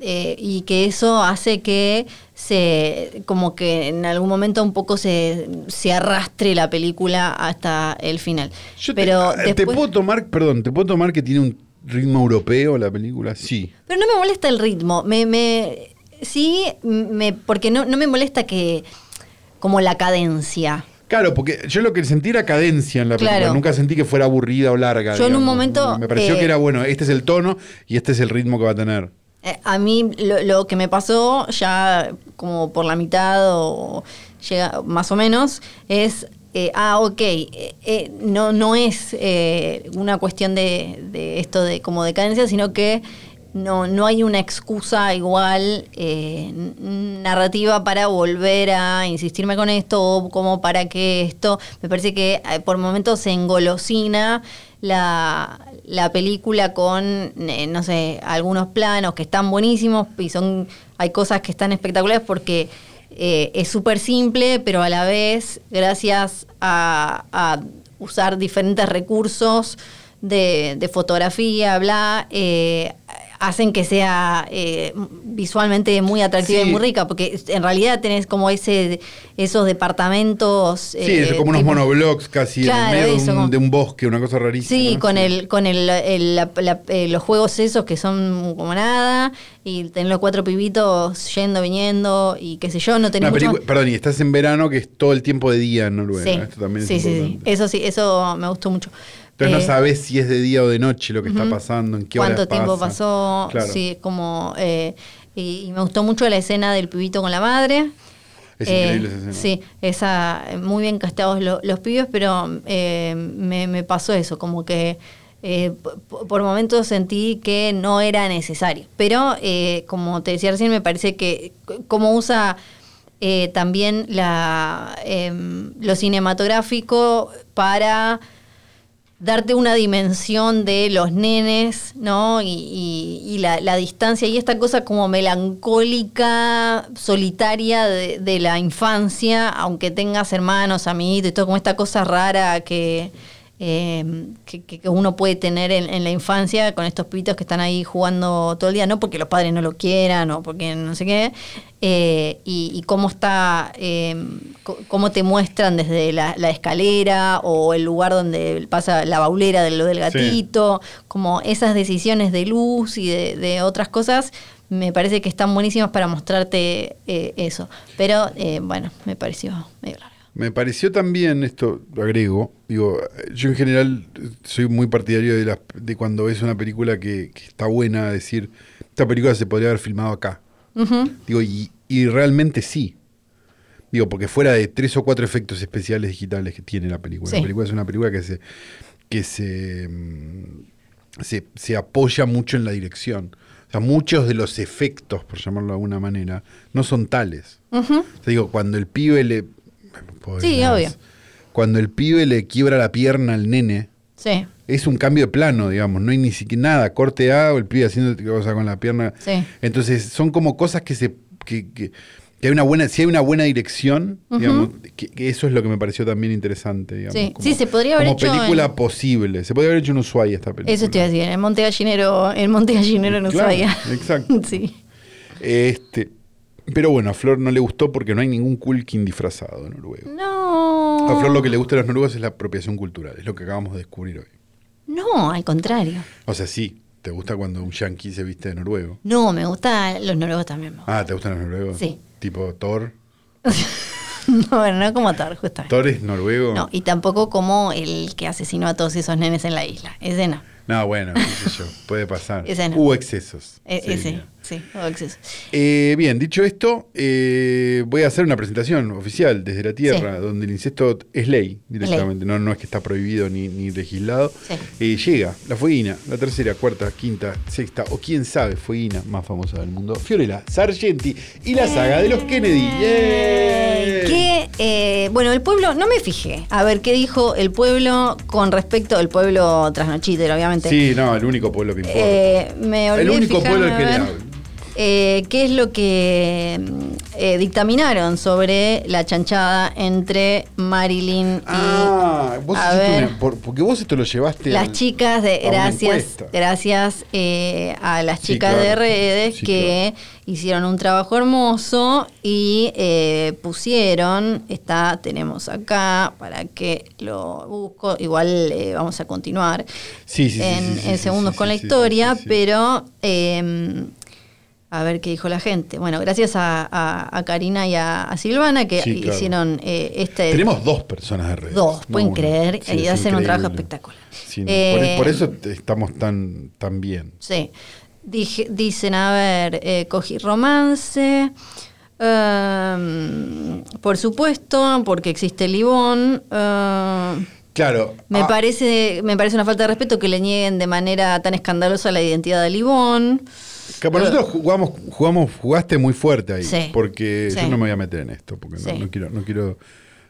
B: eh, y que eso hace que se como que en algún momento un poco se, se arrastre la película hasta el final.
C: Yo te-
B: pero
C: ah, te,
B: después-
C: puedo tomar, perdón, te puedo tomar que tiene un ritmo europeo la película, sí.
B: Pero no me molesta el ritmo. Me, me, sí, me, porque no, no me molesta que. como la cadencia.
C: Claro, porque yo lo que sentí era cadencia en la película,
B: Claro.
C: nunca sentí que fuera aburrida o larga.
B: Yo en un momento,
C: Me pareció
B: eh,
C: que era bueno, este es el tono y este es el ritmo que va a tener.
B: Eh, a mí lo, lo que me pasó, ya como por la mitad o llega, más o menos, es. eh, ah, ok, eh, eh, no, no es eh, una cuestión de, de esto de como decadencia, sino que no, no hay una excusa igual eh, n- narrativa para volver a insistirme con esto o como para que esto, me parece que eh, por momentos se engolosina la, la película con, eh, no sé, algunos planos que están buenísimos y son, hay cosas que están espectaculares porque eh, es súper simple, pero a la vez, gracias a, a usar diferentes recursos de, de fotografía, bla, eh, hacen que sea eh, visualmente muy atractiva
C: Sí.
B: y muy rica, porque en realidad tenés como ese esos departamentos...
C: Sí,
B: eh,
C: es como unos
B: tipo-
C: monoblocks casi
B: Claro,
C: en el medio de
B: eso,
C: un,
B: como-
C: de un bosque, una cosa rarísima.
B: Sí,
C: ¿no?
B: con el, con el, el- la- la- eh, los juegos esos que son como nada, y tenés los cuatro pibitos yendo, viniendo, y qué sé yo, no tenés
C: Una
B: mucho más-
C: película- Perdón, y estás en verano que es todo el tiempo de día en Noruega.
B: Sí,
C: Esto también es
B: sí, sí, sí.
C: importante.
B: Eso sí, eso me gustó mucho.
C: Entonces no
B: Eh,
C: sabes si es de día o de noche lo que está pasando, en qué hora
B: cuánto tiempo pasó,
C: Claro.
B: sí, como... eh, y, y me gustó mucho la escena del pibito con la madre.
C: Es
B: Eh,
C: increíble esa escena.
B: Sí, esa, muy bien casteados lo- los pibes, pero eh, me, me pasó eso, como que eh, po- po- por momentos sentí que no era necesario. Pero eh, como te decía recién, me parece que c- cómo usa eh, también la, em, lo cinematográfico para darte una dimensión de los nenes, ¿no? Y, y- y la, la distancia y esta cosa como melancólica, solitaria de, de la infancia, aunque tengas hermanos, amiguitos y todo, como esta cosa rara que, eh, que, que- que uno puede tener en, en la infancia con estos pibitos que están ahí jugando todo el día, no porque los padres no lo quieran o porque no sé qué, eh, y, y cómo está, eh, co- cómo te muestran desde la, la escalera o el lugar donde pasa la baulera de lo del gatito, como esas decisiones de luz y de, de otras cosas. Me parece que están buenísimas para mostrarte eh, eso. Pero eh, bueno, me pareció medio largo.
C: Me pareció también, esto lo agrego, digo, yo en general eh, soy muy partidario de, las- de cuando ves una película que, que está buena, decir, esta película se podría haber filmado acá. Digo, y, y realmente sí. Digo, porque fuera de tres o cuatro efectos especiales digitales que tiene la película.
B: Sí.
C: La película es una película que se, que se, mm, se, se apoya mucho en la dirección. O sea, muchos de los efectos, por llamarlo de alguna manera, no son tales. Te digo, cuando el pibe le. Pobre
B: Sí,
C: Nas.
B: obvio.
C: Cuando el pibe le quiebra la pierna al nene,
B: Sí,
C: es un cambio de plano, digamos. No hay ni siquiera nada. Corte A o el pibe haciendo cosa con la pierna.
B: Sí.
C: Entonces, son como cosas que se. Que, que- que hay una buena, si hay una buena dirección, digamos, que, que eso es lo que me pareció también interesante, digamos.
B: Sí. Sí, se podría haber
C: como
B: hecho
C: película
B: en-
C: posible. Se podría haber hecho en Ushuaia esta película.
B: eso te iba a decir. En Monte Gallinero, en Monte Gallinero no
C: Claro,
B: sabía.
C: exacto.
B: sí.
C: Este, pero bueno, a Flor no le gustó porque no hay ningún Kulkin disfrazado en Noruega.
B: No.
C: A Flor lo que le gusta a los noruegos es la apropiación cultural, es lo que acabamos de descubrir hoy.
B: No, al contrario.
C: O sea, sí, te gusta cuando un yankee se viste de noruego.
B: No, me gustan los noruegos también. me
C: Ah, ¿te gustan los noruegos?
B: Sí.
C: Tipo Thor.
B: gustan. no, bueno, no como tal, justamente.
C: ¿Thor es noruego?
B: No, y tampoco como el que asesinó a todos esos nenes en la isla. Ese no.
C: No, bueno, qué sé yo, puede pasar.
B: Ese no.
C: Hubo excesos.
B: E-
C: Sí,
B: ese,
C: mira.
B: sí, o exceso.
C: Eh, bien, dicho esto, eh, voy a hacer una presentación oficial desde la Tierra, donde el incesto es ley directamente, No, no es que está prohibido ni, ni legislado.
B: Sí.
C: Eh, llega la fueguina, la tercera, cuarta, quinta, sexta o quién sabe fueguina más famosa del mundo, Fiorella Sargenti y
B: Eh.
C: la saga de los Kennedy. ¡Yay!
B: Que, eh, bueno, el pueblo, no me fijé. A ver, ¿qué dijo el pueblo con respecto al pueblo trasnochítero, obviamente?
C: Sí, no, el único pueblo que importa.
B: Eh, me
C: El
B: olvidé
C: único
B: fijarme,
C: pueblo al
B: a
C: que le
B: ver,
C: hablo.
B: eh, ¿Qué es lo que mm, eh, dictaminaron sobre la chanchada entre Marilyn y
C: Ah, vos
B: a
C: hiciste
B: ver.
C: una- por- porque vos esto lo llevaste.
B: las
C: al-
B: chicas de
C: a una
B: gracias
C: encuesta.
B: gracias eh, a las
C: Sí,
B: chicas
C: claro.
B: de redes
C: Sí,
B: que hicieron un trabajo hermoso y eh, pusieron está tenemos acá para que lo busco igual eh, vamos a continuar
C: Sí, sí, sí,
B: en,
C: sí, sí,
B: en
C: sí,
B: segundos
C: sí,
B: con la
C: sí, sí,
B: historia
C: sí, sí.
B: pero eh, a ver qué dijo la gente. Bueno, gracias a, a- a Karina y a, a Silvana que
C: Sí, claro.
B: hicieron eh, este
C: Tenemos dos personas de redes.
B: Dos, pueden
C: una.
B: creer,
C: Sí,
B: y
C: es
B: hacen un trabajo
C: increíble.
B: espectacular.
C: Sí, no, por-
B: Eh,
C: por, eso te- estamos tan, tan bien.
B: Sí. Dije- dicen, a ver, eh, cogí romance. em, por supuesto, porque existe el Ibón. em,
C: Claro.
B: me,
C: ah,
B: parece, me parece una falta de respeto que le nieguen de manera tan escandalosa la identidad del Ibón.
C: que para nosotros jugamos, jugamos, jugaste muy fuerte ahí.
B: Sí,
C: porque
B: sí.
C: yo no me voy a meter en esto, porque no-
B: Sí.
C: no, quiero, no quiero,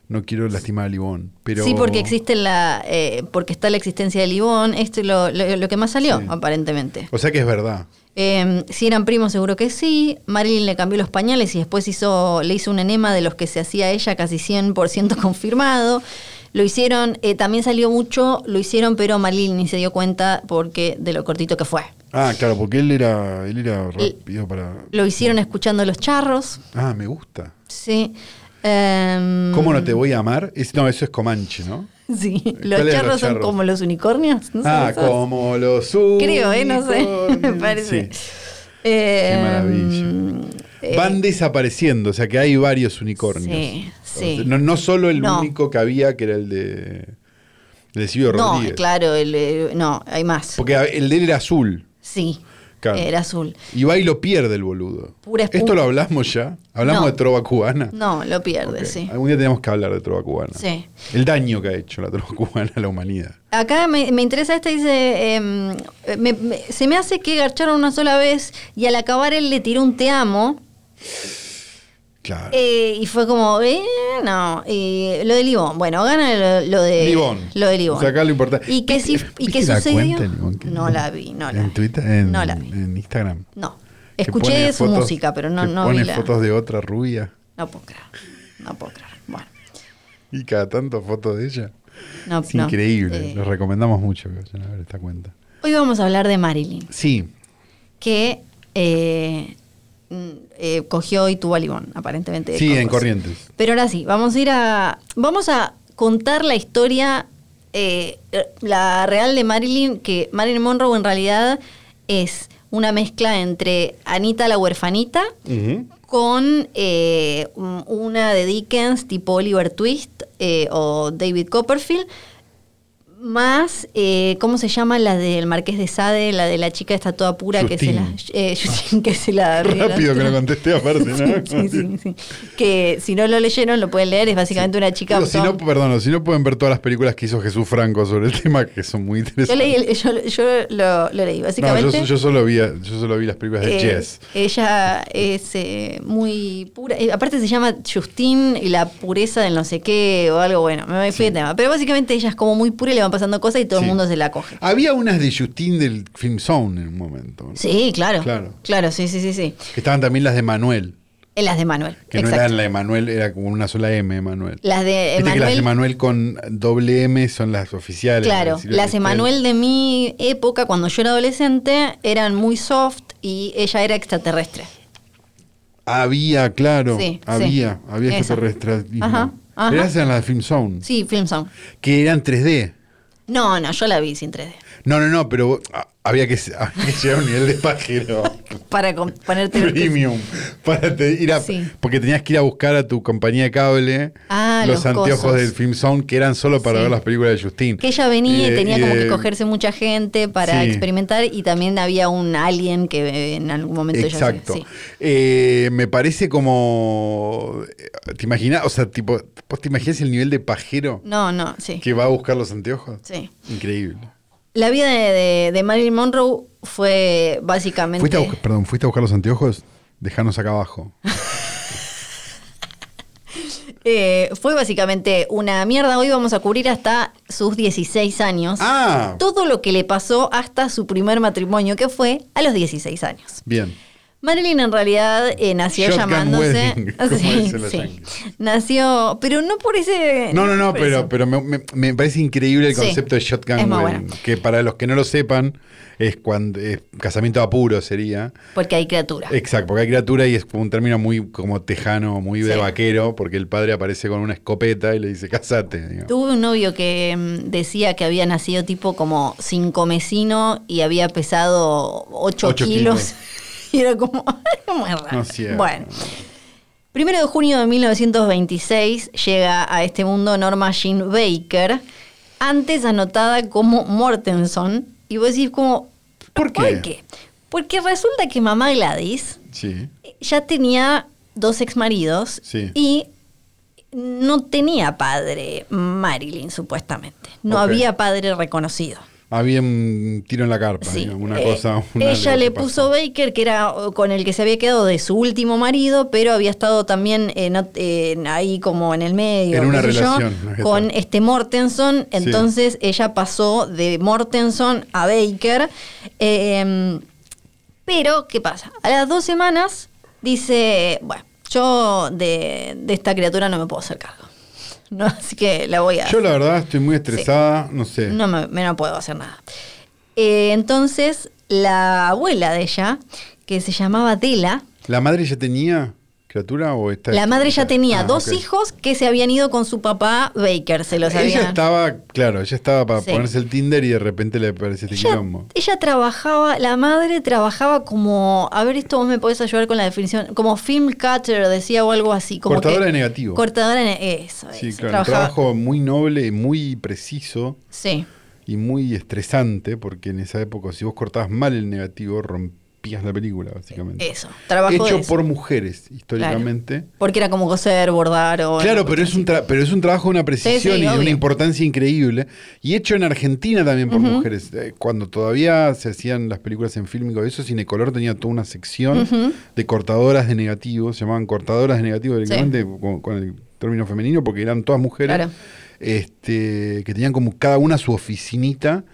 C: no quiero lastimar a Libón. Pero
B: Sí, porque existe la, eh, porque está la existencia del Ibón. Esto es lo, lo- lo que más salió,
C: Sí.
B: aparentemente.
C: O sea que es verdad.
B: Eh, si eran primos, seguro que sí. Marilyn le cambió los pañales y después hizo, le hizo un enema de los que se hacía ella, casi 100% confirmado. Lo hicieron, eh, también salió mucho, lo hicieron, pero Marilyn ni se dio cuenta porque de lo cortito que fue.
C: Ah, claro, porque él era, él era rápido para.
B: Lo hicieron escuchando los charros,
C: Ah, me gusta.
B: sí. Em,
C: ¿Cómo no te voy a amar? Es- no, eso es Comanche, ¿no?
B: Sí,
C: ¿Cuál
B: los
C: era los
B: charros, son
C: charros?
B: como los unicornios, ¿no?
C: ah,
B: sabes?
C: como los
B: Creo, ¿eh? No sé, me
C: unicornios.
B: parece.
C: Sí. Qué
B: Em,
C: maravilla.
B: eh,
C: Van desapareciendo, o sea que hay varios unicornios.
B: Sí, sí.
C: O sea, No, no solo el
B: No.
C: único que había, que era el de, el de Silvio
B: no,
C: Rodríguez.
B: claro, el, eh, no, hay más.
C: Porque el de él era azul.
B: Sí.
C: Claro.
B: era azul.
C: Y va y lo pierde el boludo.
B: Pura espuma.
C: Esto lo hablamos ya. Hablamos
B: No.
C: de trova cubana.
B: No, lo pierde,
C: Ok.
B: sí.
C: Algún día tenemos que hablar de trova cubana.
B: Sí.
C: El daño que ha hecho la trova cubana a la humanidad.
B: Acá me, me interesa esta, dice, em, me- me- se me hace que garcharon una sola vez y al acabar él le tiró un te amo
C: Claro.
B: eh, y fue como, eh, no, eh, lo de Libón. Bueno, gana lo, lo de
C: Libón.
B: Lo de Libón.
C: O sea, acá lo importante.
B: ¿Y qué, si- y
C: ¿Viste
B: qué
C: la
B: sucedió?
C: cuenta de Libón que-
B: no la vi, no la
C: en
B: vi.
C: Twitter, en,
B: no la vi.
C: en Instagram.
B: No.
C: Que pone
B: Escuché su
C: fotos-
B: música, pero no,
C: que
B: no
C: pone
B: vi la.
C: fotos de otra rubia
B: No puedo creer. No puedo creer. Bueno,
C: y cada tanto fotos de ella.
B: no,
C: Es
B: no.
C: increíble.
B: Eh,
C: Les recomendamos mucho que vayan a ver esta cuenta.
B: hoy vamos a hablar de Marilyn,
C: Sí,
B: que eh, mm, eh, cogió y tuvo a Libón, aparentemente.
C: Sí,
B: con
C: en
B: cosas.
C: Corrientes.
B: Pero ahora sí, vamos a ir a. Vamos a contar la historia, eh, eh, la real de Marilyn, que Marilyn Monroe en realidad es una mezcla entre Anita la huerfanita. con eh, un- una de Dickens tipo Oliver Twist eh, o David Copperfield, más, eh, ¿cómo se llama? La del Marqués de Sade, la de la chica esta toda pura
C: Justine.
B: que se la... eh, Justine, que se la...
C: rápido que lo contesté aparte, ¿no?
B: Sí, sí, sí. Que si no lo leyeron lo pueden leer, es básicamente una chica...
C: Pero si
B: toda-
C: no, pues, perdón, si no pueden ver todas las películas que hizo Jesús Franco sobre el tema, que son muy
B: yo,
C: interesantes.
B: leí el- yo, yo lo, lo leí,
C: No,
B: básicamente...
C: yo, yo solo vi, yo solo vi las películas de
B: Eh,
C: Jess.
B: Ella es eh, muy pura. eh, aparte se llama Justine y la pureza del no sé qué o algo bueno. Me fui de tema. Pero básicamente ella es como muy pura y le van pasando cosas y todo
C: Sí.
B: el mundo se la coge.
C: Había unas de Justin del Film Zone en un momento. ¿no?
B: Sí, claro.
C: Claro.
B: Claro, sí, sí, sí, sí.
C: Estaban también las de Manuel,
B: En las de Manuel.
C: que
B: exacto.
C: no eran la de Manuel, era como una sola M, Manuel.
B: Las de
C: Viste que las de
B: Emanuel.
C: Manuel con doble M son las oficiales.
B: Claro,
C: del Silvia
B: las
C: Cristal.
B: Emanuel de mi época, cuando yo era adolescente, eran muy soft y ella era extraterrestre.
C: Había, claro.
B: Sí,
C: había,
B: sí.
C: había
B: Esa.
C: extraterrestrismo.
B: Ajá, ajá.
C: Pero esas eran las de Film Zone,
B: Sí, Film Sound.
C: que eran 3D.
B: No, no, yo la vi sin 3D.
C: No, no, no, pero vos- ah, había que, había que llegar a un nivel de pajero
B: Para com- ponerte.
C: premium para te- ir a-
B: Sí.
C: porque tenías que ir a buscar a tu compañía de cable
B: Ah,
C: los,
B: los
C: anteojos
B: cosos.
C: del Film Sound que eran solo para
B: Sí.
C: ver las películas de Justin.
B: Que ella venía
C: Eh,
B: y tenía
C: y
B: como
C: de-
B: que cogerse mucha gente para
C: Sí.
B: experimentar y también había un alien que eh, en algún momento ella-
C: Exacto.
B: sí.
C: Eh, me parece como. eh, ¿Te imaginas? O sea, tipo, ¿vos te imaginas el nivel de pajero
B: No, no, sí.
C: que va a buscar los anteojos?
B: Sí.
C: Increíble.
B: La vida de, de- de Marilyn Monroe fue básicamente...
C: ¿Fuiste a, buscar- perdón, ¿fuiste a buscar los anteojos? Dejanos acá abajo.
B: eh, fue básicamente una mierda. Hoy vamos a cubrir hasta sus 16 años.
C: Ah,
B: Todo lo que le pasó hasta su primer matrimonio, que fue a los 16 años.
C: bien.
B: Marilyn en realidad eh, nació
C: Shotgun
B: llamándose.
C: wedding, como dicen los yankees.
B: Nació, pero no por ese.
C: No, no, no,
B: por eso.
C: pero, pero me, me- me parece increíble el
B: Sí,
C: concepto de shotgun
B: es muy
C: wedding,
B: bueno.
C: que para los que no lo sepan es cuando es casamiento a apuro sería.
B: Porque hay criatura.
C: Exacto, porque hay criatura y es como un término muy como tejano, muy de
B: Sí.
C: vaquero, porque el padre aparece con una escopeta y le dice, casate. digo.
B: Tuve un novio que mm, decía que había nacido tipo como sincomecino y había pesado 8,
C: Ocho
B: kilos. Y era como, muy raro.
C: No es cierto.
B: Bueno. Primero de junio de 1926 llega a este mundo Norma Jean Baker, antes anotada como Mortenson. Y vos decís como,
C: ¿Por qué?
B: Porque resulta que mamá Gladys
C: Sí.
B: ya tenía dos exmaridos
C: Sí.
B: y no tenía padre Marilyn, supuestamente. No
C: Ok.
B: había padre reconocido.
C: Había un tiro en la carpa,
B: Sí.
C: digo, una
B: Eh,
C: cosa. una-
B: ella
C: algo
B: le
C: que pasó.
B: puso Baker, que era o, con el que se había quedado de su último marido, pero había estado también en ot- en- ahí como en el medio,
C: En una
B: qué sé yo,
C: relación, ¿no?
B: con este Mortenson. Entonces ella pasó de Mortenson a Baker. Eh, pero, ¿qué pasa? A las dos semanas dice, bueno, yo de, de esta criatura no me puedo hacer cargo. No, así que la voy a...
C: Yo la verdad estoy muy estresada, no sé.
B: No me, me- no puedo hacer nada. Eh, entonces, la abuela de ella, que se llamaba Dela,
C: ¿La madre ya tenía criatura o está
B: la madre ya tenía
C: Ah,
B: dos
C: ok.
B: hijos que se habían ido con su papá Baker, se los
C: Ella
B: habían.
C: estaba, claro, ella estaba para
B: Sí.
C: ponerse el Tinder y de repente le aparece este
B: ella,
C: quilombo.
B: ella trabajaba, la madre trabajaba como, a ver, esto vos me podés ayudar con la definición, como film cutter, decía o algo así. Como
C: Cortadora
B: que-
C: de negativo.
B: Cortadora de ne- eso.
C: Sí,
B: eso,
C: claro, un
B: trabajaba-
C: trabajo muy noble, muy preciso
B: Sí.
C: y muy estresante, porque en esa época si vos cortabas mal el negativo, rompías espías la película, básicamente.
B: Eso, trabajo
C: Hecho
B: de eso.
C: por mujeres, históricamente.
B: Porque era como coser, bordar o.
C: Claro, pero es, un tra- pero es un trabajo de una precisión y de
B: obvio.
C: una importancia increíble. Y hecho en Argentina también por mujeres. Eh, cuando todavía se hacían las películas en fílmico, eso Cinecolor tenía toda una sección de cortadoras de negativos, se llamaban cortadoras de negativos directamente con, con el término femenino, porque eran todas mujeres
B: Claro.
C: este, que tenían como cada una su oficinita.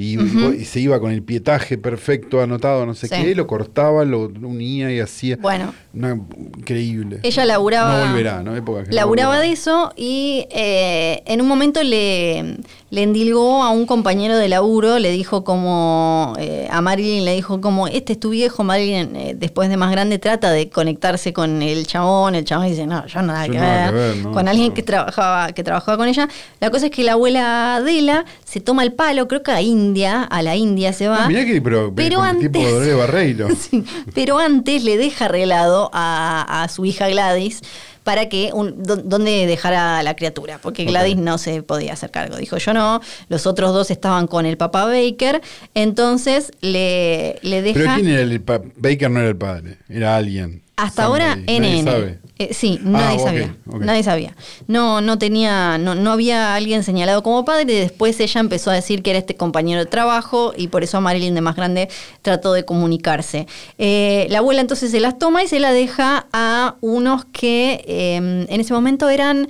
C: Y, y se iba con el pietaje perfecto, anotado, no sé
B: Sí.
C: qué, lo cortaba, lo unía y hacía.
B: Bueno.
C: Una- increíble.
B: Ella laburaba.
C: No volverá, ¿no? Época que no
B: Laburaba
C: volverá.
B: de eso y eh, en un momento le, le endilgó a un compañero de laburo, le dijo como, eh, a Marilyn le dijo como, este es tu viejo, Marilyn, eh, después de más grande trata de conectarse con el chabón, el chabón dice, no, yo nada
C: Yo
B: que
C: nada
B: ver,
C: que ver, no,
B: con alguien
C: no.
B: que trabajaba, que trabajaba con ella. La cosa es que la abuela Adela se toma el palo, creo que a India, a la India se va.
C: Ah, mirá que, pero,
B: Pero
C: con el
B: antes-
C: tipo de Dolores Barreiro.
B: Sí, pero antes le deja arreglado a, a su hija Gladys para que un, do- dónde dejara a la criatura, porque Gladys no se podía hacer cargo. Dijo yo no, los otros dos estaban con el papá Baker, entonces le, le deja.
C: Pero quién era el pa- Baker no era el padre, era alguien.
B: Hasta
C: Somebody.
B: ahora
C: Nadie
B: NN.
C: sabe.
B: Eh, sí,
C: Ah,
B: nadie
C: ok,
B: sabía.
C: ok.
B: Nadie sabía. No, no tenía, no, no había alguien señalado como padre. y Después ella empezó a decir que era este compañero de trabajo y por eso a Marilyn de más grande trató de comunicarse. Eh, la abuela entonces se las toma y se la deja a unos que eh, en ese momento eran.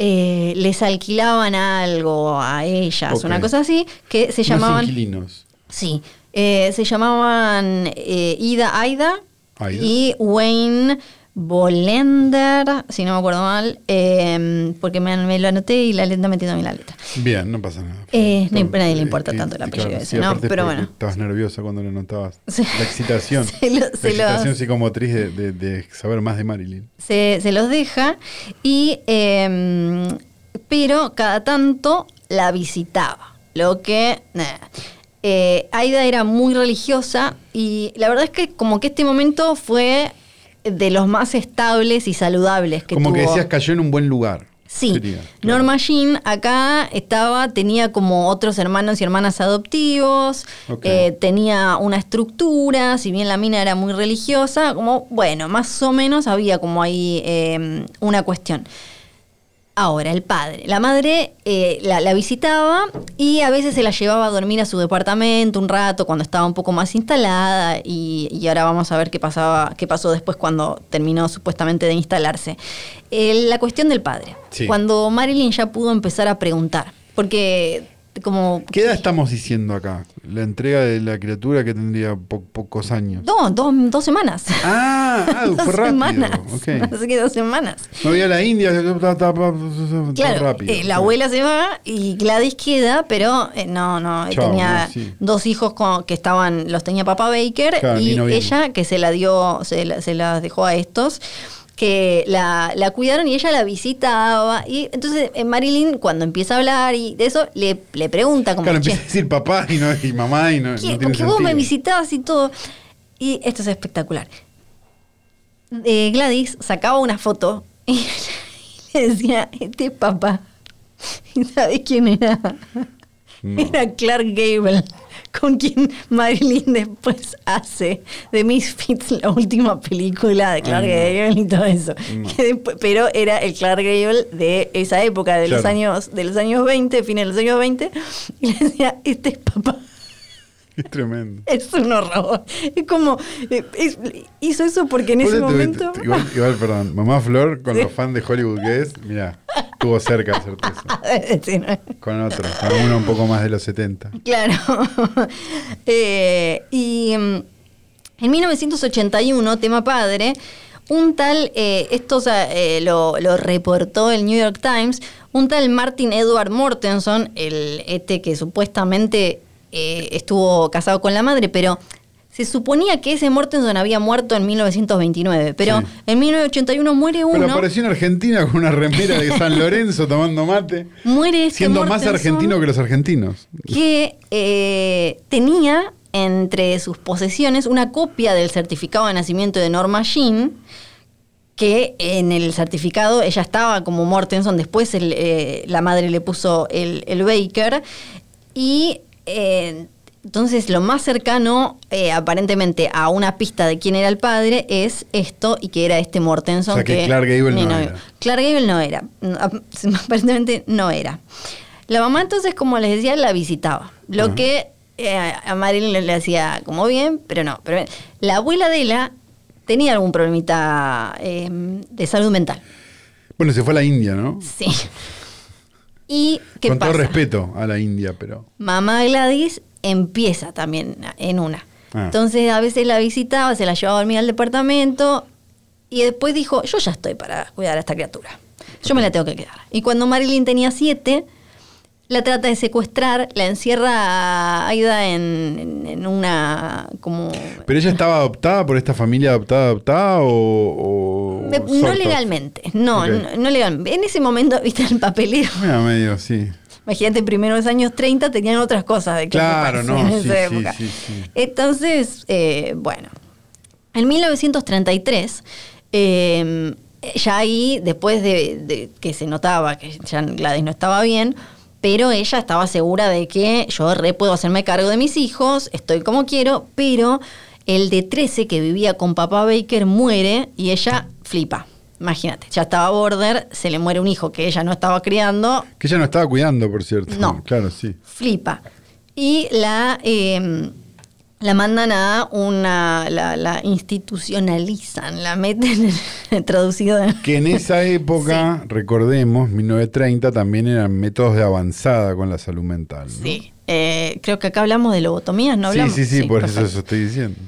B: eh, les alquilaban algo a ellas,
C: Ok.
B: una cosa así, que se
C: Unos
B: llamaban.
C: inquilinos.
B: Sí, eh, se llamaban eh, Ida Aida
C: Aida.
B: y Wayne Bolender, si no me acuerdo mal, eh, porque me, me lo anoté y la letra metiendo en la letra.
C: Bien, no pasa nada.
B: Eh, no,
C: Tom,
B: a nadie le
C: eh,
B: importa
C: eh,
B: tanto el
C: sí,
B: apellido
C: claro,
B: ese,
C: sí,
B: ¿no?
C: aparte es
B: Pero
C: porque
B: bueno.
C: Estabas nerviosa cuando lo notabas.
B: Sí.
C: La excitación.
B: Se lo-
C: la
B: se lo-
C: excitación psicomotriz de, de- de saber más de Marilyn.
B: se, se los deja y eh, pero cada tanto la visitaba lo que nah. Eh, Aida era muy religiosa y la verdad es que como que este momento fue de los más estables y saludables que
C: Como que
B: tuvo.
C: decías, cayó en un buen lugar.
B: Sí,
C: sería, claro.
B: Norma Jean acá estaba, tenía como otros hermanos y hermanas adoptivos,
C: Ok.
B: eh, tenía una estructura, si bien la mina era muy religiosa, como, bueno, más o menos había como ahí eh, una cuestión. Ahora, el padre. La madre eh, la, la visitaba y a veces se la llevaba a dormir a su departamento un rato cuando estaba un poco más instalada y, y ahora vamos a ver qué, pasaba, qué pasó después cuando terminó supuestamente de instalarse. Eh, la cuestión del padre.
C: Sí.
B: Cuando Marilyn ya pudo empezar a preguntar, porque como...
C: ¿Qué edad estamos diciendo acá? La entrega de la criatura que tendría po- pocos años.
B: Dos, dos, dos semanas.
C: Ah, ah,
B: dos
C: fue rápido.
B: semanas.
C: ok.
B: Así que dos semanas.
C: No había la India, ta, ta, ta, ta,
B: Claro,
C: rápido.
B: eh, la abuela se va y Gladys queda, pero eh, no, no, eh,
C: Chao,
B: tenía
C: no, sí.
B: dos hijos con- que estaban, los tenía papá Baker
C: Claro,
B: y
C: ni no vino.
B: ella que se la dio, se, la- se las dejó a estos, que la, la cuidaron y ella la visitaba. Y entonces eh, Marilyn, cuando empieza a hablar y de eso, le, le pregunta como,
C: Claro,
B: "Che,
C: empieza a decir papá y, no, y mamá y no, no
B: ¿Qué?
C: tiene
B: porque vos
C: sentido.
B: me visitabas y todo. Y esto es espectacular. Eh, Gladys sacaba una foto y le decía, este es papá. ¿Y sabés quién era?
C: No.
B: Era Clark Gable, con quien Marilyn después hace de Misfits la última película de Clark Gable y todo eso. Que después- pero era el Clark Gable de esa época, de los
C: Claro.
B: años, de los años 20, fines de los años 20, y le decía, este es papá.
C: Es tremendo.
B: Es un horror. Es como. eh, es- hizo eso porque en
C: Vos
B: ese
C: te- te-
B: momento.
C: te- igual, igual, perdón. Mamá Flor, con
B: Sí.
C: los fans de Hollywood que es, mirá, estuvo cerca de hacerte eso.
B: Sí, no.
C: Con otro, con uno un poco más de los 70.
B: Claro. Eh, y mm, en 1981, tema padre, un tal, eh, esto o sea, eh, lo, lo reportó el New York Times, un tal Martin Edward Mortenson, el este que supuestamente eh, estuvo casado con la madre, pero se suponía que ese Mortenson había muerto en 1929, pero
C: Sí.
B: en 1981 muere uno.
C: Pero apareció en Argentina con una remera de San Lorenzo tomando mate,
B: Muere este
C: siendo más
B: Mortenson.
C: argentino que los argentinos.
B: que eh, tenía entre sus posesiones una copia del certificado de nacimiento de Norma Jean, que en el certificado ella estaba como Mortenson, después el, eh, la madre le puso el, el Baker, y eh, Entonces, lo más cercano, eh, aparentemente, a una pista de quién era el padre es esto y que era este Mortenson.
C: O sea, que Clark Gable
B: mi
C: no
B: novio.
C: era.
B: Clark Gable no era. No, ap- Aparentemente no era. La mamá, entonces, como les decía, la visitaba. Lo que eh, a Marilyn le, le hacía como bien, pero no. Pero bien. La abuela de la tenía algún problemita eh, de salud mental.
C: Bueno, se fue a la India, ¿no?
B: Sí. ¿Y qué
C: Con
B: pasa?
C: todo respeto a la India, pero.
B: Mamá Gladys empieza también en una.
C: Ah.
B: Entonces a veces la visitaba, se la llevaba a dormir al departamento y después dijo, yo ya estoy para cuidar a esta criatura. Yo me la tengo que quedar. Y cuando Marilyn tenía siete, la trata de secuestrar, la encierra a Aida en, en- en una como...
C: ¿Pero ella estaba adoptada por esta familia adoptada, adoptada o.? o-
B: Me-
C: sort
B: no
C: of?
B: legalmente, no,
C: Oh, Ok.
B: no, no legalmente. En ese momento, viste, el papelero.
C: Mira, medio, sí.
B: Imagínate, primero en los años 30 tenían otras cosas de que
C: Claro,
B: ocuparse
C: no,
B: en
C: sí,
B: esa
C: sí,
B: época.
C: sí, sí.
B: Entonces, eh, bueno, en 1933, eh, ya ahí, después de, de que se notaba que ya Gladys no estaba bien, pero ella estaba segura de que yo re puedo hacerme cargo de mis hijos, estoy como quiero, pero el de 13 que vivía con papá Baker muere y ella flipa. Imagínate, ya estaba border, se le muere un hijo que ella no estaba criando,
C: Que ella no estaba cuidando, por cierto.
B: No.
C: Claro, sí.
B: flipa. Y la, eh, la mandan a una. La, la institucionalizan, la meten en, traducido. en-
C: Que en esa época, recordemos, 1930 también eran métodos de avanzada con la salud mental. ¿no?
B: Sí. Eh, creo que acá hablamos de lobotomías, ¿no
C: sí,
B: hablamos?
C: sí, sí, por eso
B: perfecto.
C: eso estoy diciendo.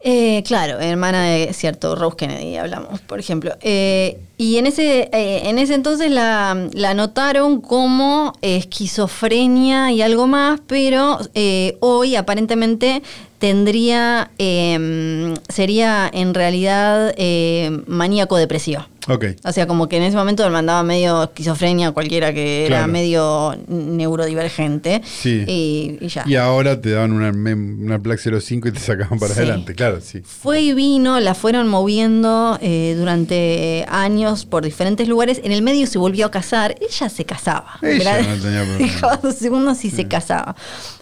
B: Eh, claro, hermana de cierto Rose Kennedy, hablamos, por ejemplo. Eh, y en ese, eh, en ese entonces la, la anotaron como esquizofrenia y algo más, pero eh, hoy aparentemente tendría, eh, sería en realidad eh, maníaco depresivo.
C: Ok.
B: O sea, como que en ese momento le mandaba medio esquizofrenia a cualquiera que era
C: Claro.
B: medio neurodivergente.
C: Sí.
B: Y, y ya.
C: Y ahora te daban una, mem- una Plaque 05 y te sacaban para
B: Sí.
C: adelante, claro, sí.
B: Fue y vino, la fueron moviendo eh, durante años por diferentes lugares. En el medio se volvió a casar. Ella se casaba.
C: Ella
B: ¿verdad?
C: no tenía problema.
B: Dejaba dos segundos y se casaba.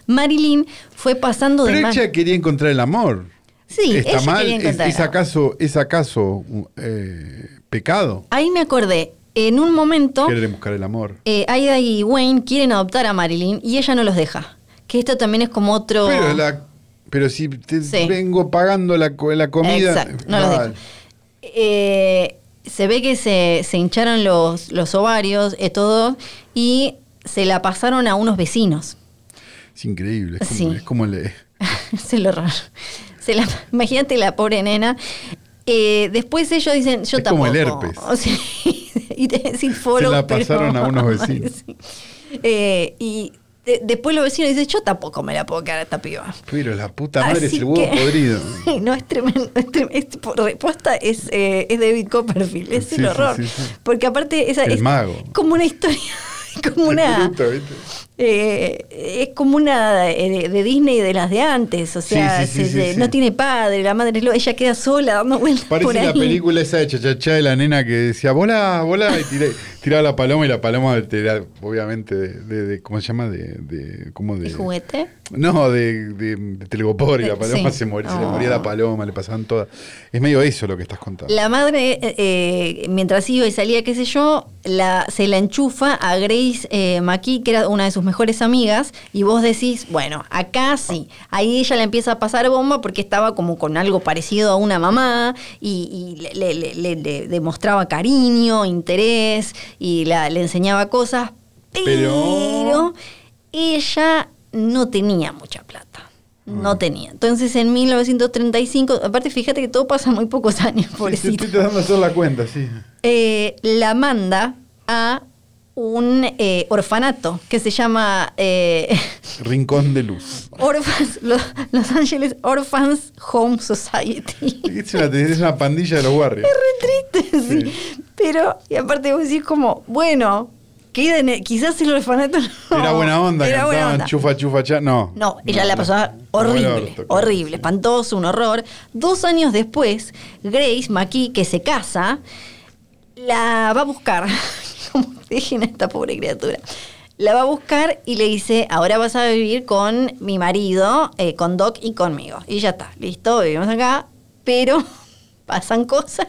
B: Marilyn fue pasando de
C: Pero
B: man-
C: ella quería encontrar el amor.
B: Sí,
C: ¿Está
B: ella
C: mal?
B: quería
C: ¿Es-
B: encontrar
C: ¿Es,
B: el amor.
C: acaso, ¿es acaso eh, pecado
B: Ahí me acordé, en un momento,
C: querer buscar el amor?
B: eh, Aida y Wayne quieren adoptar a Marilyn y ella no los deja. Que esto también es como otro...
C: Pero, la- pero si te
B: Sí.
C: vengo pagando la, co- la comida...
B: Exacto, no los
C: Ah,
B: deja. Eh, se ve que se, se hincharon los, los ovarios, eh, todo, y se la pasaron a unos vecinos.
C: Es increíble, es como,
B: Sí.
C: es como le-
B: se lo raro. Se la, imagínate la pobre nena. Eh, después ellos dicen, yo
C: Es
B: tampoco.
C: como el herpes.
B: O sea, y te decís foro,
C: la
B: pero-
C: pasaron a unos vecinos.
B: Sí. Eh, y de- después los vecinos dicen, yo tampoco me la puedo quedar a esta piba.
C: Pero la puta madre
B: Así
C: es el huevo
B: que-
C: podrido.
B: Sí, no, es tremendo. Es trem- es tipo, respuesta es, eh, es David Copperfield. Es
C: Sí, sí,
B: el horror.
C: sí, sí.
B: Porque aparte esa,
C: El
B: es
C: mago.
B: como una historia, como una...
C: Bruto, ¿viste?
B: eh, es como una eh, de, de Disney de las de antes, o sea,
C: Sí, sí, sí,
B: se-
C: sí,
B: se-
C: sí.
B: no tiene padre, la madre es lo- ella queda sola dando vueltas
C: Parece
B: por ahí.
C: la película esa de chachachá de la nena que decía, volá, volá, y tiré- tiraba la paloma y la paloma era, obviamente, de, de- de- ¿cómo se llama? De, de, ¿cómo de?
B: ¿El juguete?
C: No, de, de, de telgopor y la
B: Eh,
C: paloma
B: sí.
C: se, moría, se le
B: Oh.
C: moría la paloma, le pasaban todas. Es medio eso lo que estás contando.
B: La madre, eh, eh, mientras iba y salía, qué sé yo, la, se la enchufa a Grace eh, McKee, que era una de sus mejores amigas, y vos decís, bueno, acá sí. Ahí ella le empieza a pasar bomba porque estaba como con algo parecido a una mamá y, y le, le- le- le- le demostraba cariño, interés y la- le enseñaba cosas,
C: Pero-
B: pero ella no tenía mucha plata.
C: Ah.
B: No tenía. Entonces en 1935, aparte fíjate que todo pasa en muy pocos años,
C: Sí,
B: pobrecito.
C: Estoy tratando de hacer la cuenta, sí.
B: Eh, la manda a un eh, orfanato que se llama eh,
C: Rincón de luz.
B: Orphans- Los, Los Angeles Orphans Home Society.
C: Es una, es una pandilla de los barrios.
B: Re triste, sí. Pero, y aparte vos decís como, bueno, queden, quizás el orfanato no.
C: Era buena onda,
B: Era buena
C: cantaban
B: onda.
C: chufa, chufa, cha. No.
B: No, ella la pasaba
C: Como el
B: horrible,
C: orto, claro,
B: horrible,
C: sí.
B: espantoso, un horror. Dos años después, Grace McKee, que se casa, la va a buscar. Como dejen a esta pobre criatura. La va a buscar y le dice, ahora vas a vivir con mi marido, eh, con Doc y conmigo. Y ya está, listo, vivimos acá, pero pasan cosas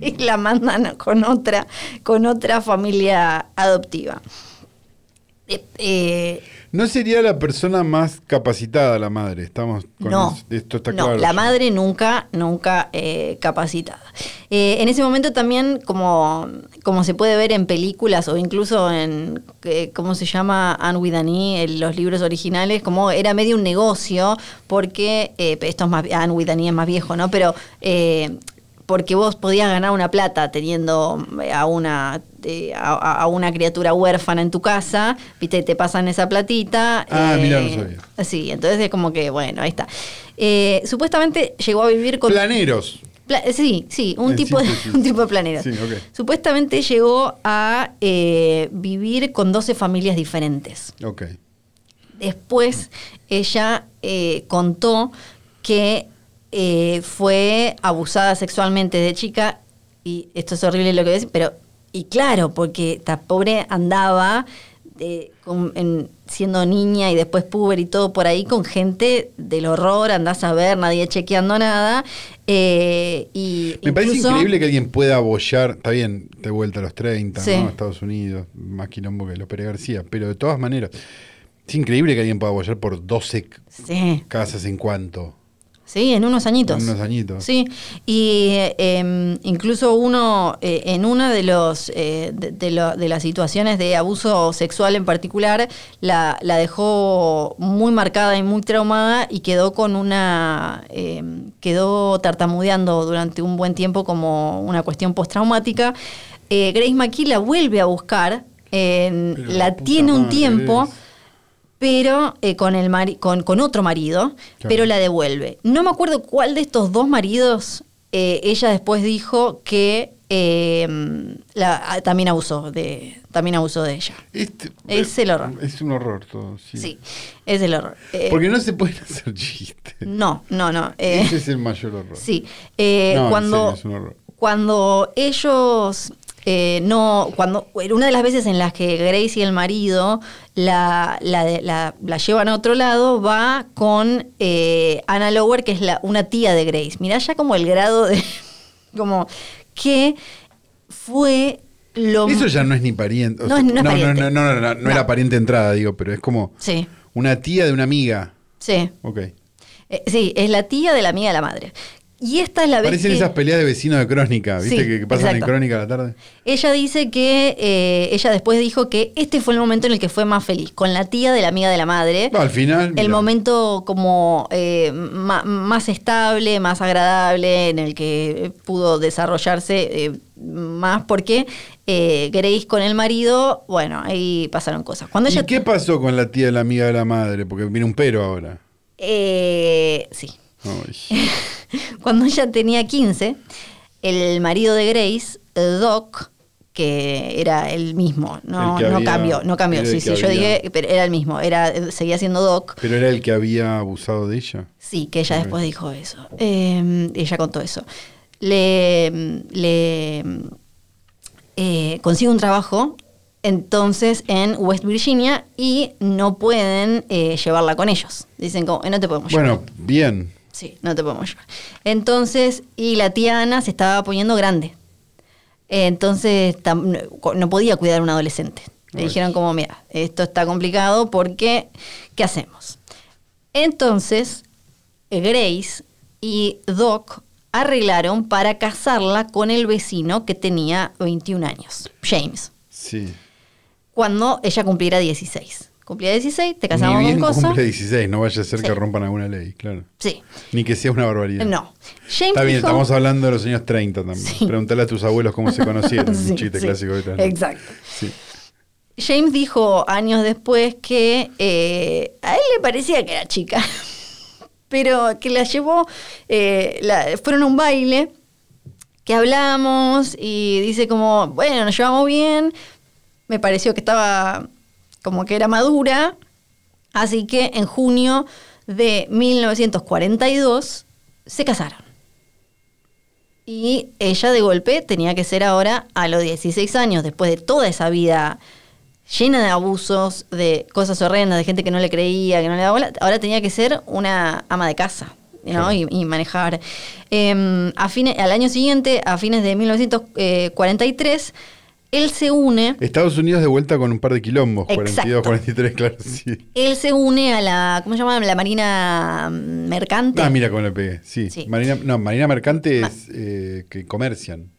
B: y la mandan con otra, con otra familia adoptiva. Eh, eh,
C: No sería la persona más capacitada la madre, estamos con
B: no,
C: es- esto está
B: no,
C: claro.
B: la madre nunca, nunca eh, capacitada. Eh, en ese momento también, como, como se puede ver en películas o incluso en, eh, ¿cómo se llama? Anne with an E, en los libros originales, como era medio un negocio, porque, eh, esto es más, Anne with an E es más viejo, ¿no? Pero eh, porque vos podías ganar una plata teniendo a una eh, a, a una criatura huérfana en tu casa, viste, te pasan esa platita. eh,
C: Ah, mirá, no sabía.
B: Sí, entonces es como que, bueno, ahí está. Eh, supuestamente llegó a vivir con...
C: Planeros.
B: Pla- sí, sí, un
C: En
B: tipo, de,
C: síntesis.
B: un tipo de planero.
C: Sí, ok.
B: Supuestamente llegó a eh, vivir con 12 familias diferentes.
C: Ok.
B: Después ella eh, contó que eh, fue abusada sexualmente de chica, y esto es horrible lo que ves, pero, y claro, porque esta pobre andaba eh, con- en- siendo niña y después puber y todo por ahí con gente del horror, andás a ver, nadie chequeando nada. eh, y
C: Me parece
B: incluso-
C: increíble que alguien pueda abollar, está bien, de vuelta a los 30,
B: Sí.
C: ¿no? Estados Unidos, más quilombo que López García, pero de todas maneras, es increíble que alguien pueda abollar por 12 c-
B: Sí.
C: casas en cuanto.
B: Sí, en unos añitos.
C: En unos añitos.
B: Sí, y eh, em, incluso uno, eh, en una de, los, eh, de, de lo- de las situaciones de abuso sexual en particular, la, la dejó muy marcada y muy traumada y quedó con una, em, quedó tartamudeando durante un buen tiempo como una cuestión postraumática. Eh, Grace McKee la vuelve a buscar, en-
C: Pero la
B: la
C: puta
B: tiene un
C: madre,
B: tiempo
C: Grace.
B: pero eh, con, el mari- con, con otro marido, pero la devuelve. No me acuerdo cuál de estos dos maridos eh, ella después dijo que eh, la- ah, también, abusó de, también abusó de ella.
C: Este-
B: Es el horror.
C: Es un horror todo, sí.
B: Sí, es el horror. Eh,
C: Porque no se pueden hacer chistes.
B: No, no, no. Mm, eh,
C: Ese es el mayor horror.
B: sí, eh,
C: No, en
B: cuando,
C: serio, es un horror.
B: cuando ellos... eh, no, cuando una de las veces en las que Grace y el marido la, la, de- la- la llevan a otro lado va con eh, Anna Lower, que es la, una tía de Grace. Mirá ya como el grado de... como que fue lo...
C: Eso ya no es ni pariente. o
B: No,
C: sea,
B: no es pariente.
C: No, no, no, no, no, no
B: No.
C: era pariente de entrada, digo, pero es como
B: Sí,
C: una tía de una amiga.
B: sí.
C: Ok.
B: Eh, sí, es la tía de la amiga de la madre. Y esta es la vez
C: Parecen
B: que-
C: esas peleas de vecinos de crónica, ¿viste?
B: Sí,
C: que, que pasan en
B: exacto.
C: crónica a la tarde.
B: Ella dice que eh, ella después dijo que este fue el momento en el que fue más feliz, con la tía de la amiga de la madre.
C: No, al final.
B: el
C: mira,
B: momento como eh, ma- más estable, más agradable, en el que pudo desarrollarse eh, más porque eh, Grace con el marido, bueno, ahí pasaron cosas. Cuando
C: ¿Y
B: ella...
C: qué pasó con la tía de la amiga de la madre? Porque viene un pero ahora.
B: Eh, sí.
C: Ay.
B: Cuando ella tenía 15, el marido de Grace, Doc, que era el mismo, no,
C: El que
B: no
C: había-
B: cambió, no cambió,
C: era
B: sí,
C: el
B: sí,
C: que
B: yo
C: había-
B: dije, pero era el mismo, era, seguía siendo Doc,
C: Pero era el que había abusado de ella.
B: sí, que ella después dijo eso, Eh, ella contó eso. Le, le eh, consigue un trabajo entonces en West Virginia y no pueden eh, llevarla con ellos, dicen como, "Eh, no te podemos llevar.
C: Bueno, bien.
B: Sí, no te podemos llevar. Entonces, y la tía Ana se estaba poniendo grande. Eh, Entonces, tam- no, no podía cuidar a un adolescente. Le
C: Ay.
B: dijeron como, mira, esto está complicado porque, ¿qué hacemos? Entonces, Grace y Doc arreglaron para casarla con el vecino que tenía 21 años, James,
C: Sí.
B: cuando ella cumpliera 16. Cumplía 16, te casamos
C: Ni
B: con
C: bien
B: Coso.
C: cumple 16, no vaya a ser que
B: Sí.
C: rompan alguna ley, claro.
B: Sí,
C: Ni que sea una barbaridad.
B: no. James
C: Está bien,
B: dijo-
C: estamos hablando de los años 30 también.
B: Sí.
C: Preguntale a tus abuelos cómo se conocieron.
B: Sí,
C: un chiste
B: sí,
C: clásico de tal.
B: Exacto.
C: Sí.
B: James dijo años después que eh, a él le parecía que era chica, pero que la llevó, eh, la- fueron a un baile, que hablamos y dice como, bueno, nos llevamos bien, me pareció que estaba como que era madura, así que en junio de 1942 se casaron. Y ella de golpe tenía que ser ahora a los 16 años, después de toda esa vida llena de abusos, de cosas horrendas, de gente que no le creía, que no le daba bola, ahora tenía que ser una ama de casa. ¿no? Y, y manejar. Eh, a fines, al año siguiente, a fines de eh, 1943, él se une,
C: Estados Unidos de vuelta con un par de quilombos,
B: Exacto.
C: 42, 43, claro, sí.
B: él se une a la, ¿cómo se llama? La Marina mm, Mercante.
C: Ah, mira cómo le pegué. Sí.
B: Sí.
C: Marina, no, Marina Mercante es eh, que comercian.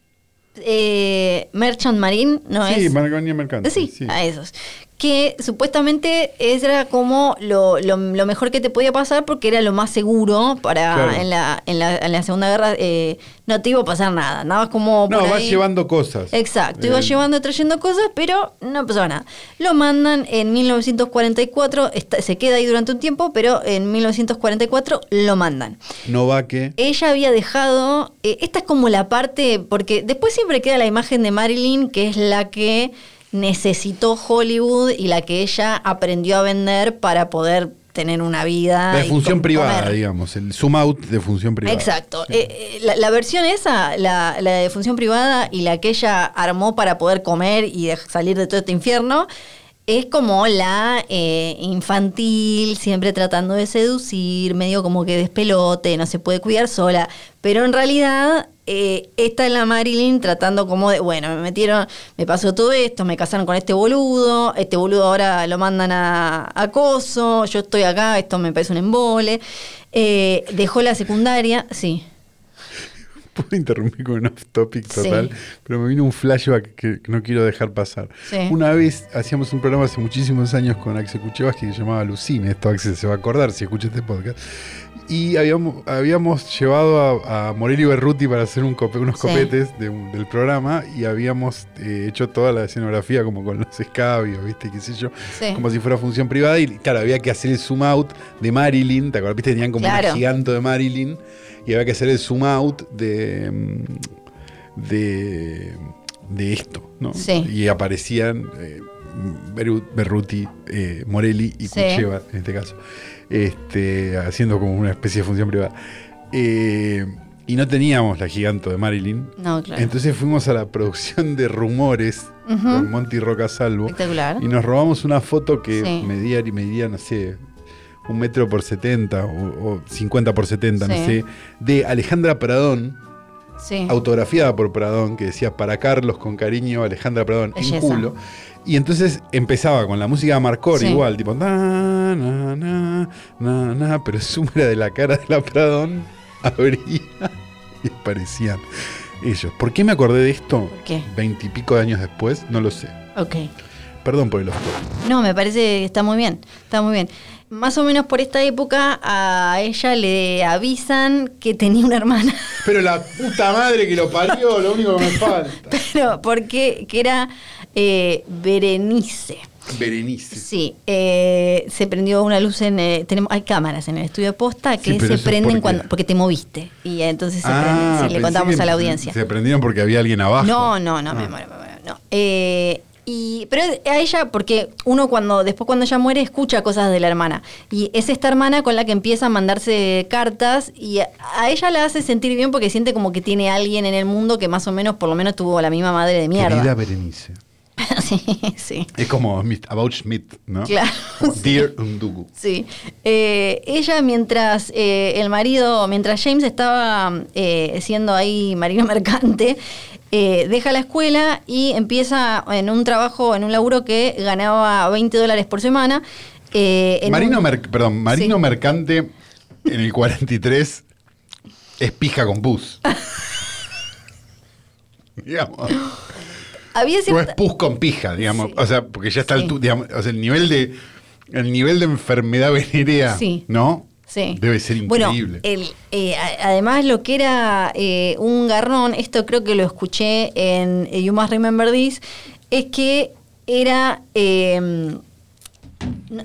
B: Eh, Merchant Marine, ¿no
C: sí,
B: es? Eh,
C: Marina Mercante.
B: Sí, a esos. Que supuestamente era como lo, lo- lo mejor que te podía pasar porque era lo más seguro para
C: Claro.
B: en, la, en, la, en la Segunda Guerra. eh, no te iba a pasar nada, nada más como.
C: No,
B: por
C: vas
B: ahí.
C: llevando cosas.
B: Exacto, iba
C: Eh,
B: llevando, trayendo cosas, pero no pasaba nada. Lo mandan en 1944, está- se queda ahí durante un tiempo, pero en 1944 lo mandan.
C: No va que.
B: Ella había dejado, eh, esta es como la parte, porque después siempre queda la imagen de Marilyn, que es la que necesitó Hollywood y la que ella aprendió a vender para poder tener una vida.
C: La de
B: y
C: función
B: com-
C: privada,
B: comer.
C: digamos. El zoom out de función privada.
B: Exacto. Eh, eh, la, la versión esa, la, la de función privada y la que ella armó para poder comer y dej- salir de todo este infierno, es como la eh, infantil, siempre tratando de seducir, medio como que despelote, no se puede cuidar sola. Pero en realidad, eh, esta es la Marilyn tratando como de, bueno, me metieron, me pasó todo esto, me casaron con este boludo, este boludo ahora lo mandan a a acoso, yo estoy acá, esto me parece un embole. Eh, dejó la secundaria, sí.
C: Puedo interrumpir con un off topic
B: Sí.
C: total, pero me vino un flashback que que no quiero dejar pasar.
B: Sí.
C: Una vez hacíamos un programa hace muchísimos años con Axel Kuchevaski que se llamaba Lucine, esto Axel se va a acordar si escucha este podcast. Y habíamos, habíamos llevado a, a Morelli Berruti para hacer un cope- unos
B: Sí.
C: copetes de un- del programa y habíamos eh, hecho toda la escenografía como con los escabios, ¿viste? ¿Qué sé yo?
B: Sí.
C: Como si fuera función privada. Y claro, había que hacer el zoom out de Marilyn, ¿te acuerdas? ¿Viste? Tenían como
B: Claro.
C: una gigante de Marilyn y había que hacer el zoom out de. mm, de, de esto, ¿no?
B: Sí.
C: Y aparecían eh, Beru- Berruti, eh, Morelli y
B: Sí.
C: Kucheva, en este caso, este, haciendo como una especie de función privada. Eh, y no teníamos la giganto de Marilyn.
B: No, claro.
C: Entonces fuimos a la producción de Rumores
B: Ujú.
C: con Monty Roca Salvo
B: Espectacular.
C: y nos robamos una foto que
B: Sí.
C: medía, medía, no sé, un metro por 70 o, o 50 por 70, no
B: Sí.
C: sé, de Alejandra Pradón
B: Sí.
C: autografiada por Pradón, que decía para Carlos con cariño, Alejandra Pradón, en
B: Belleza.
C: culo. Y entonces empezaba con la música de Marcor
B: Sí.
C: igual, tipo, na, na, na, na, na, pero suma de la cara de la Pradón, abría y aparecían ellos. ¿Por qué me acordé de esto
B: qué?
C: veintipico de años después? No lo sé.
B: Ok.
C: Perdón por el off
B: No, me parece que está muy bien. Está muy bien. Más o menos por esta época a ella le avisan que tenía una hermana.
C: Pero la puta madre que lo parió, lo único que me falta.
B: Pero porque que era eh, Berenice.
C: Berenice.
B: Sí, eh, se prendió una luz en. eh, tenemos, hay cámaras en el estudio de posta
C: Sí,
B: que
C: pero
B: se
C: eso es
B: prenden
C: porque-
B: cuando. Porque te moviste. Y entonces se
C: Ah,
B: prenden. Sí,
C: pensé
B: le contamos
C: que
B: a la audiencia.
C: Se prendieron porque había alguien abajo.
B: No, no, no, me muero, me muero, no. Eh, y, pero a ella, porque uno cuando, después cuando ella muere, escucha cosas de la hermana. Y es esta hermana con la que empieza a mandarse cartas y a, a ella la hace sentir bien porque siente como que tiene alguien en el mundo que más o menos, por lo menos, tuvo la misma madre de
C: Querida
B: mierda.
C: Berenice.
B: sí, sí.
C: Es como Miss- About Schmidt, ¿no?
B: Claro,
C: Como
B: sí.
C: Dear Undugu.
B: Sí. Eh, ella mientras eh, el marido, mientras James estaba eh, siendo ahí marino mercante, eh, deja la escuela y empieza en un trabajo, en un laburo que ganaba 20 dólares por semana. eh, en
C: Marino,
B: un-
C: Merc- perdón, Marino
B: Sí.
C: Mercante en el 43 es pija con pus. digamos.
B: Había
C: O es
B: cierta-
C: pus con pija, digamos.
B: Sí.
C: O sea, porque ya está
B: Sí.
C: el, tu- digamos, o sea, el nivel de el nivel de enfermedad venerea,
B: Sí.
C: ¿no?
B: Sí.
C: Debe ser increíble.
B: Bueno, el, eh, a- además lo que era eh, un garrón, esto creo que lo escuché en You Must Remember This, es que era eh,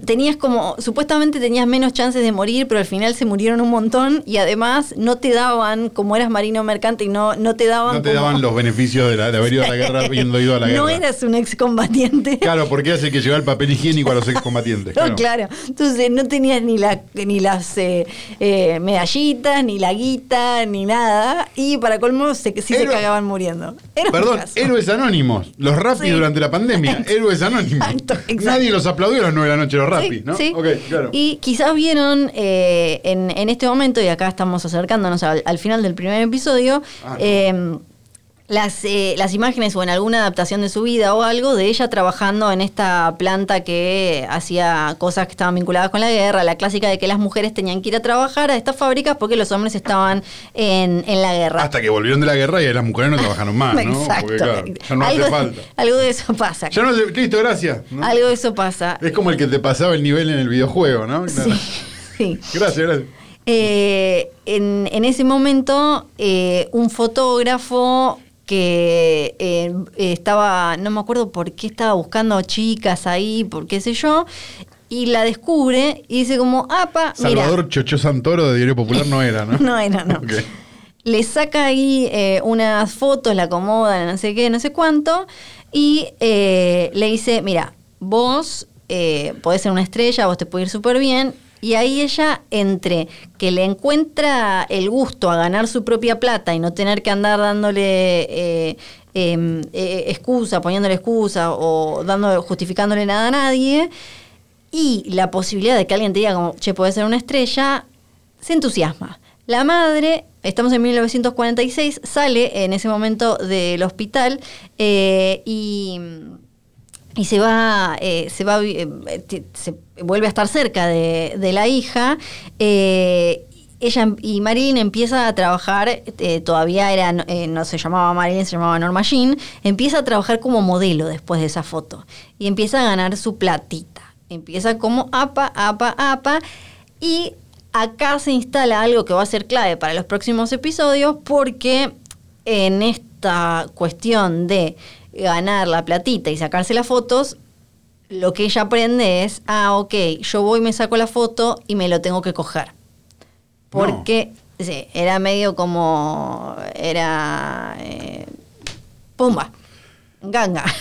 B: tenías como, supuestamente tenías menos chances de morir, pero al final se murieron un montón y además no te daban, como eras marino mercante y no, no te daban...
C: No te
B: como-
C: daban los beneficios de, la- de haber ido a la guerra habiendo ido a la guerra.
B: No eras un excombatiente.
C: Claro, porque hace que llevar el papel higiénico a los excombatientes.
B: No, claro. Entonces no tenías ni, la, ni las eh, eh, medallitas, ni la guita, ni nada. Y para colmo, se, sí
C: Héroe-
B: se cagaban muriendo. Era un
C: Perdón,
B: caso.
C: héroes anónimos. Los rapis
B: Sí.
C: durante la pandemia. Héroes anónimos.
B: Exacto, exacto.
C: Nadie los aplaudió a las 9 de la noche los rapis,
B: Sí,
C: ¿no?
B: sí.
C: Ok, claro.
B: Y quizás vieron eh, en, en este momento, y acá estamos acercándonos al, al final del primer episodio,
C: Ah, no.
B: eh, las, eh, las imágenes o en alguna adaptación de su vida o algo de ella trabajando en esta planta que hacía cosas que estaban vinculadas con la guerra, la clásica de que las mujeres tenían que ir a trabajar a estas fábricas porque los hombres estaban en, en la guerra.
C: Hasta que volvieron de la guerra y las mujeres no trabajaron más, ¿no?
B: Exacto.
C: Porque, claro, ya no
B: algo,
C: hace falta.
B: algo de eso pasa.
C: Ya no hace- Listo, gracias. ¿no?
B: Algo de eso pasa.
C: Es como el que te pasaba el nivel en el videojuego, ¿no? Claro.
B: Sí, sí.
C: Gracias, gracias.
B: Eh, en, en ese momento, eh, un fotógrafo que eh, eh, estaba, no me acuerdo por qué estaba buscando chicas ahí, por qué sé yo, y la descubre y dice como, apa,
C: Salvador Chocho Santoro de Diario Popular no era, ¿no?
B: mira, no era, no.
C: Ok.
B: Le saca ahí eh, unas fotos, la acomoda, no sé qué, no sé cuánto, y eh, le dice, mira, vos eh, podés ser una estrella, vos te puede ir súper bien. Y ahí ella, entre que le encuentra el gusto a ganar su propia plata y no tener que andar dándole eh, em, eh, excusa, poniéndole excusa o dando, justificándole nada a nadie, y la posibilidad de que alguien te diga como, che, puede ser una estrella, se entusiasma. La madre, estamos en 1946, sale en ese momento del hospital eh, y, y se va, eh, se va, a vi- eh, te- se vuelve a estar cerca de, de la hija. eh, ella em- y Marilyn empieza a trabajar, eh, todavía era, no- eh, no se llamaba Marilyn, se llamaba Norma Jean, empieza a trabajar como modelo después de esa foto y empieza a ganar su platita. Empieza como apa, apa, apa. Y acá se instala algo que va a ser clave para los próximos episodios porque en esta cuestión de ganar la platita y sacarse las fotos, lo que ella aprende es, ah, ok, yo voy, me saco la foto y me lo tengo que coger. Porque sí, era medio como, era, eh, pumba, ganga.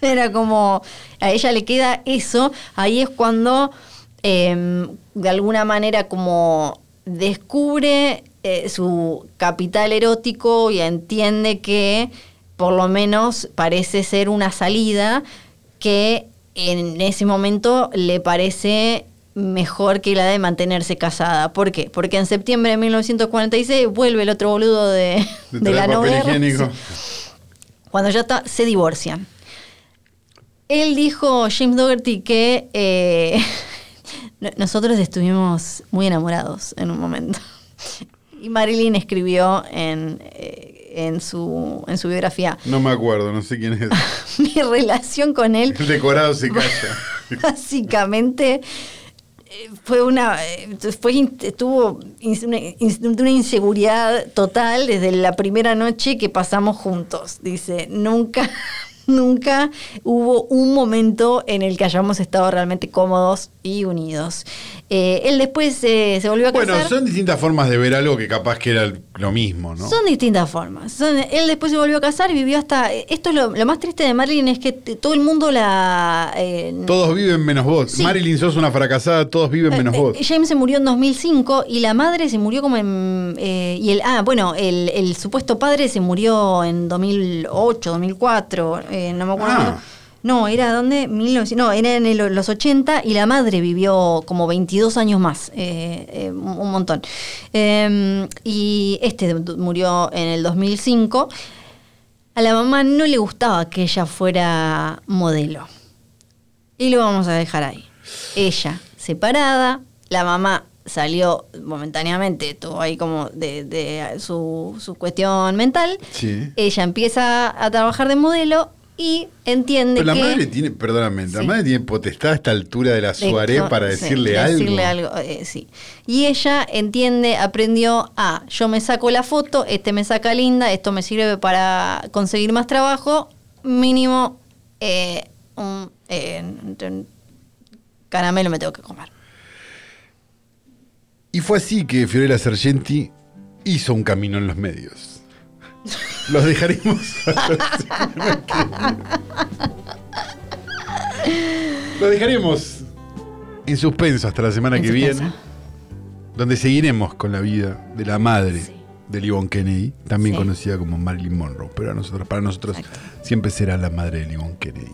B: Era como, a ella le queda eso, ahí es cuando eh, de alguna manera como descubre eh, su capital erótico y entiende que por lo menos parece ser una salida que en ese momento le parece mejor que la de mantenerse casada. ¿Por qué? Porque en septiembre de 1946 vuelve el otro boludo de,
C: De
B: de,
C: traer
B: la
C: papel
B: novela
C: higiénico.
B: cuando ya está, se divorcian. Él dijo, James Dougherty, que eh, no- nosotros estuvimos muy enamorados en un momento. Y Marilyn escribió en, eh, en, su, en su biografía,
C: No me acuerdo, no sé quién es.
B: mi relación con él
C: El decorado se calla.
B: básicamente eh, fue una eh, fue in- tuvo in- una, in- una inseguridad total desde la primera noche que pasamos juntos dice nunca nunca hubo un momento en el que hayamos estado realmente cómodos y unidos Eh, él después eh, se volvió a
C: Bueno,
B: casar
C: son distintas formas de ver algo que capaz que era lo mismo, ¿no?
B: son distintas formas. Son- él después se volvió a casar y vivió hasta. Esto es lo, lo más triste de Marilyn: es que t- todo el mundo la. eh,
C: Todos viven menos vos.
B: Sí.
C: Marilyn, sos una fracasada, todos viven menos
B: Eh,
C: vos.
B: eh, James se murió en 2005 y la madre se murió como en... eh, y el, ah, bueno, el, el supuesto padre se murió en 2008, 2004, eh, no me acuerdo.
C: Ah.
B: cuándo. No, era donde... 1900 no, era en el- los 80 y la madre vivió como 22 años más, eh, eh, un un montón. Eh, y este du- murió en el 2005. A la mamá no le gustaba que ella fuera modelo. Y lo vamos a dejar ahí. Ella separada, la mamá salió momentáneamente, tuvo ahí como de, de su, su cuestión mental.
C: Sí.
B: Ella empieza a trabajar de modelo y entiende
C: Pero la
B: que...
C: madre tiene, perdóname, la
B: Sí.
C: madre tiene potestad a esta altura de la
B: de-
C: Suárez
B: no,
C: para
B: sí,
C: decirle algo.
B: decirle algo. eh, sí. Y ella entiende, aprendió a, yo me saco la foto, este me saca linda, esto me sirve para conseguir más trabajo, mínimo eh, un, eh, caramelo me tengo que comer.
C: Y fue así que Fiorella Sargenti hizo un camino en los medios. Los dejaremos. a los Los dejaremos en suspenso hasta la semana
B: En
C: que
B: suspenso.
C: viene, donde seguiremos con la vida de la madre de Livon Kennedy, también
B: Sí.
C: conocida como Marilyn Monroe, pero a nosotros, para nosotros
B: Exacto.
C: siempre será la madre de Livon Kennedy.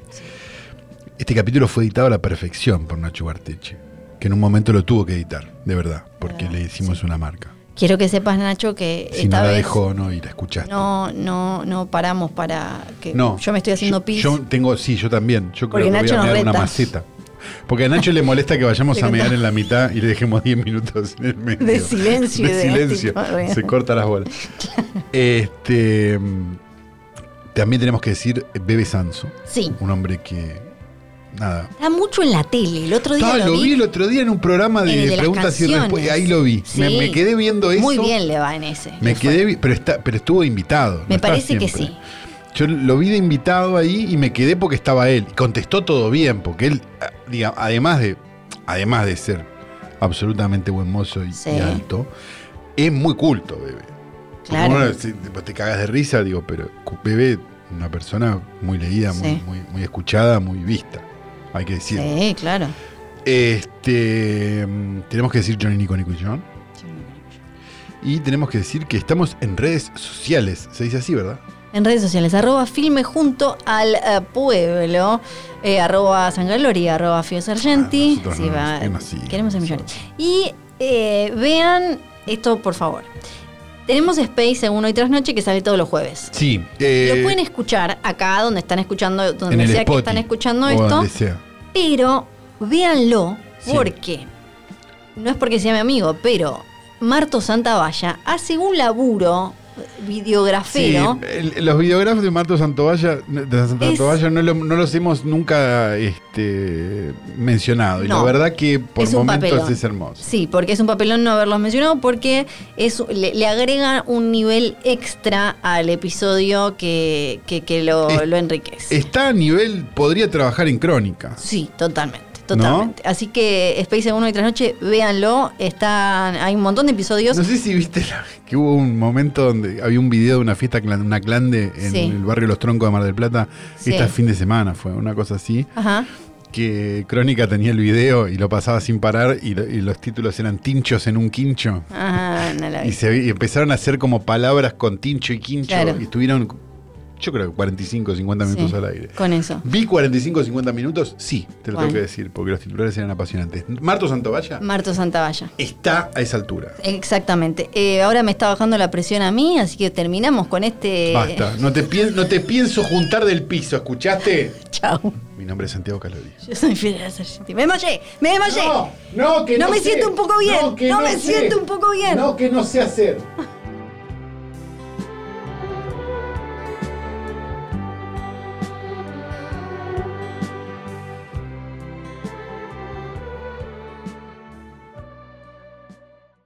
C: Este capítulo fue editado a la perfección por Nacho Barteche, que en un momento lo tuvo que editar, de verdad, porque le hicimos una marca.
B: Quiero que sepas, Nacho, que
C: Si
B: esta
C: no la
B: vez
C: dejó, no, y la escuchaste.
B: no, no, no paramos para que
C: No.
B: yo me estoy haciendo
C: Yo-
B: pis.
C: Yo tengo, sí, yo también. Yo creo
B: Porque
C: que
B: Nacho
C: voy a
B: nos
C: mear una
B: reta.
C: maceta. Porque a Nacho le molesta que vayamos
B: Le
C: a mear
B: contamos.
C: en la mitad y le dejemos 10 minutos en el medio.
B: De silencio y
C: De
B: de-
C: silencio.
B: tipo,
C: Se corta las bolas. Este. mm, También tenemos que decir Bebe Sanso.
B: Sí.
C: Un hombre que. Nada.
B: Está mucho en la tele. El otro día
C: Ah,
B: lo, vi.
C: el otro día en un programa
B: en
C: de,
B: el Eh, de las
C: preguntas y respuestas.
B: canciones.
C: Ahí lo vi. Me,
B: Sí.
C: me quedé viendo eso.
B: Muy bien le va en ese.
C: Me
B: Le fue.
C: quedé, vi- pero, está, pero estuvo invitado. no
B: Me
C: estaba
B: parece que
C: siempre.
B: sí.
C: Yo lo vi de invitado ahí y me quedé porque estaba él. Y contestó todo bien, porque él, ah, diga, además de, además de ser absolutamente buen mozo y,
B: Sí.
C: y alto, es muy culto, bebé. Porque
B: Claro.
C: uno se- tipo, te cagas de risa, digo, pero cu- bebé, una persona muy leída, muy,
B: Sí.
C: muy, muy escuchada, muy vista. Hay que decir.
B: Sí, claro.
C: Este, mm, tenemos que decir Johnny Nico Nico y John. Y tenemos que decir que estamos en redes sociales. Se dice así, ¿verdad?
B: En redes sociales, arroba filme junto al eh, pueblo, eh, arroba Sangaloria, arroba Fio Sargenti.
C: Ah, nosotros
B: Sí,
C: no,
B: va,
C: nosotros no, sí,
B: queremos ser millones.
C: nosotros.
B: Y eh, vean esto, por favor. Tenemos Space según hoy tras noche que sale todos los jueves.
C: Sí.
B: Lo pueden escuchar acá donde están escuchando,
C: Eh, en
B: donde
C: el
B: sea que
C: Spotify
B: están escuchando
C: o
B: esto.
C: donde sea.
B: Pero véanlo
C: Sí.
B: porque no es porque sea mi amigo, pero Marto Santavalla hace un laburo
C: Sí,
B: videografero.
C: el- los videógrafos de Marto Santovalla, de Santovalla no, lo- no los hemos nunca este, mencionado. Y la
B: No.
C: verdad que por
B: Es un
C: momentos
B: papelón.
C: es hermoso.
B: Sí, porque es un papelón no haberlos mencionado, porque es, le, le agrega un nivel extra al episodio que, que- que lo,
C: Es-
B: lo enriquece.
C: Está a nivel, podría trabajar en crónica.
B: Sí, totalmente, totalmente. Así que Space 1 y tras noche, véanlo. Están, hay un montón de episodios.
C: No sé si viste la- que hubo un momento donde había un video de una fiesta, clan- una clande en
B: Sí.
C: el barrio Los Troncos de Mar del Plata.
B: Sí.
C: Este fin de semana fue una cosa así.
B: Ajá.
C: que Crónica tenía el video y lo pasaba sin parar y, lo- y los títulos eran tinchos en un quincho.
B: Ajá, Ah, no la vi.
C: Y, se, vi- y empezaron a hacer como palabras con tincho y quincho
B: Claro.
C: y estuvieron, yo creo que 45 o 50 minutos
B: Sí,
C: al aire.
B: Con eso.
C: ¿Vi 45 o 50 minutos? Sí, te lo
B: Bueno.
C: tengo que decir, porque los titulares eran apasionantes. Marto Santovalla
B: Marto Santavalla.
C: está a esa altura.
B: Exactamente. Eh, ahora me está bajando la presión a mí, así que terminamos con este.
C: Basta, no te, pien- no te pienso juntar del piso, ¿escuchaste?
B: Chau.
C: Mi nombre es Santiago Calori.
B: Yo soy Fidel Sargenti. ¡Me mollé! ¡Me desmayé!
C: no, que
B: No me siento un poco bien, no me siento un poco bien.
C: que no sé hacer.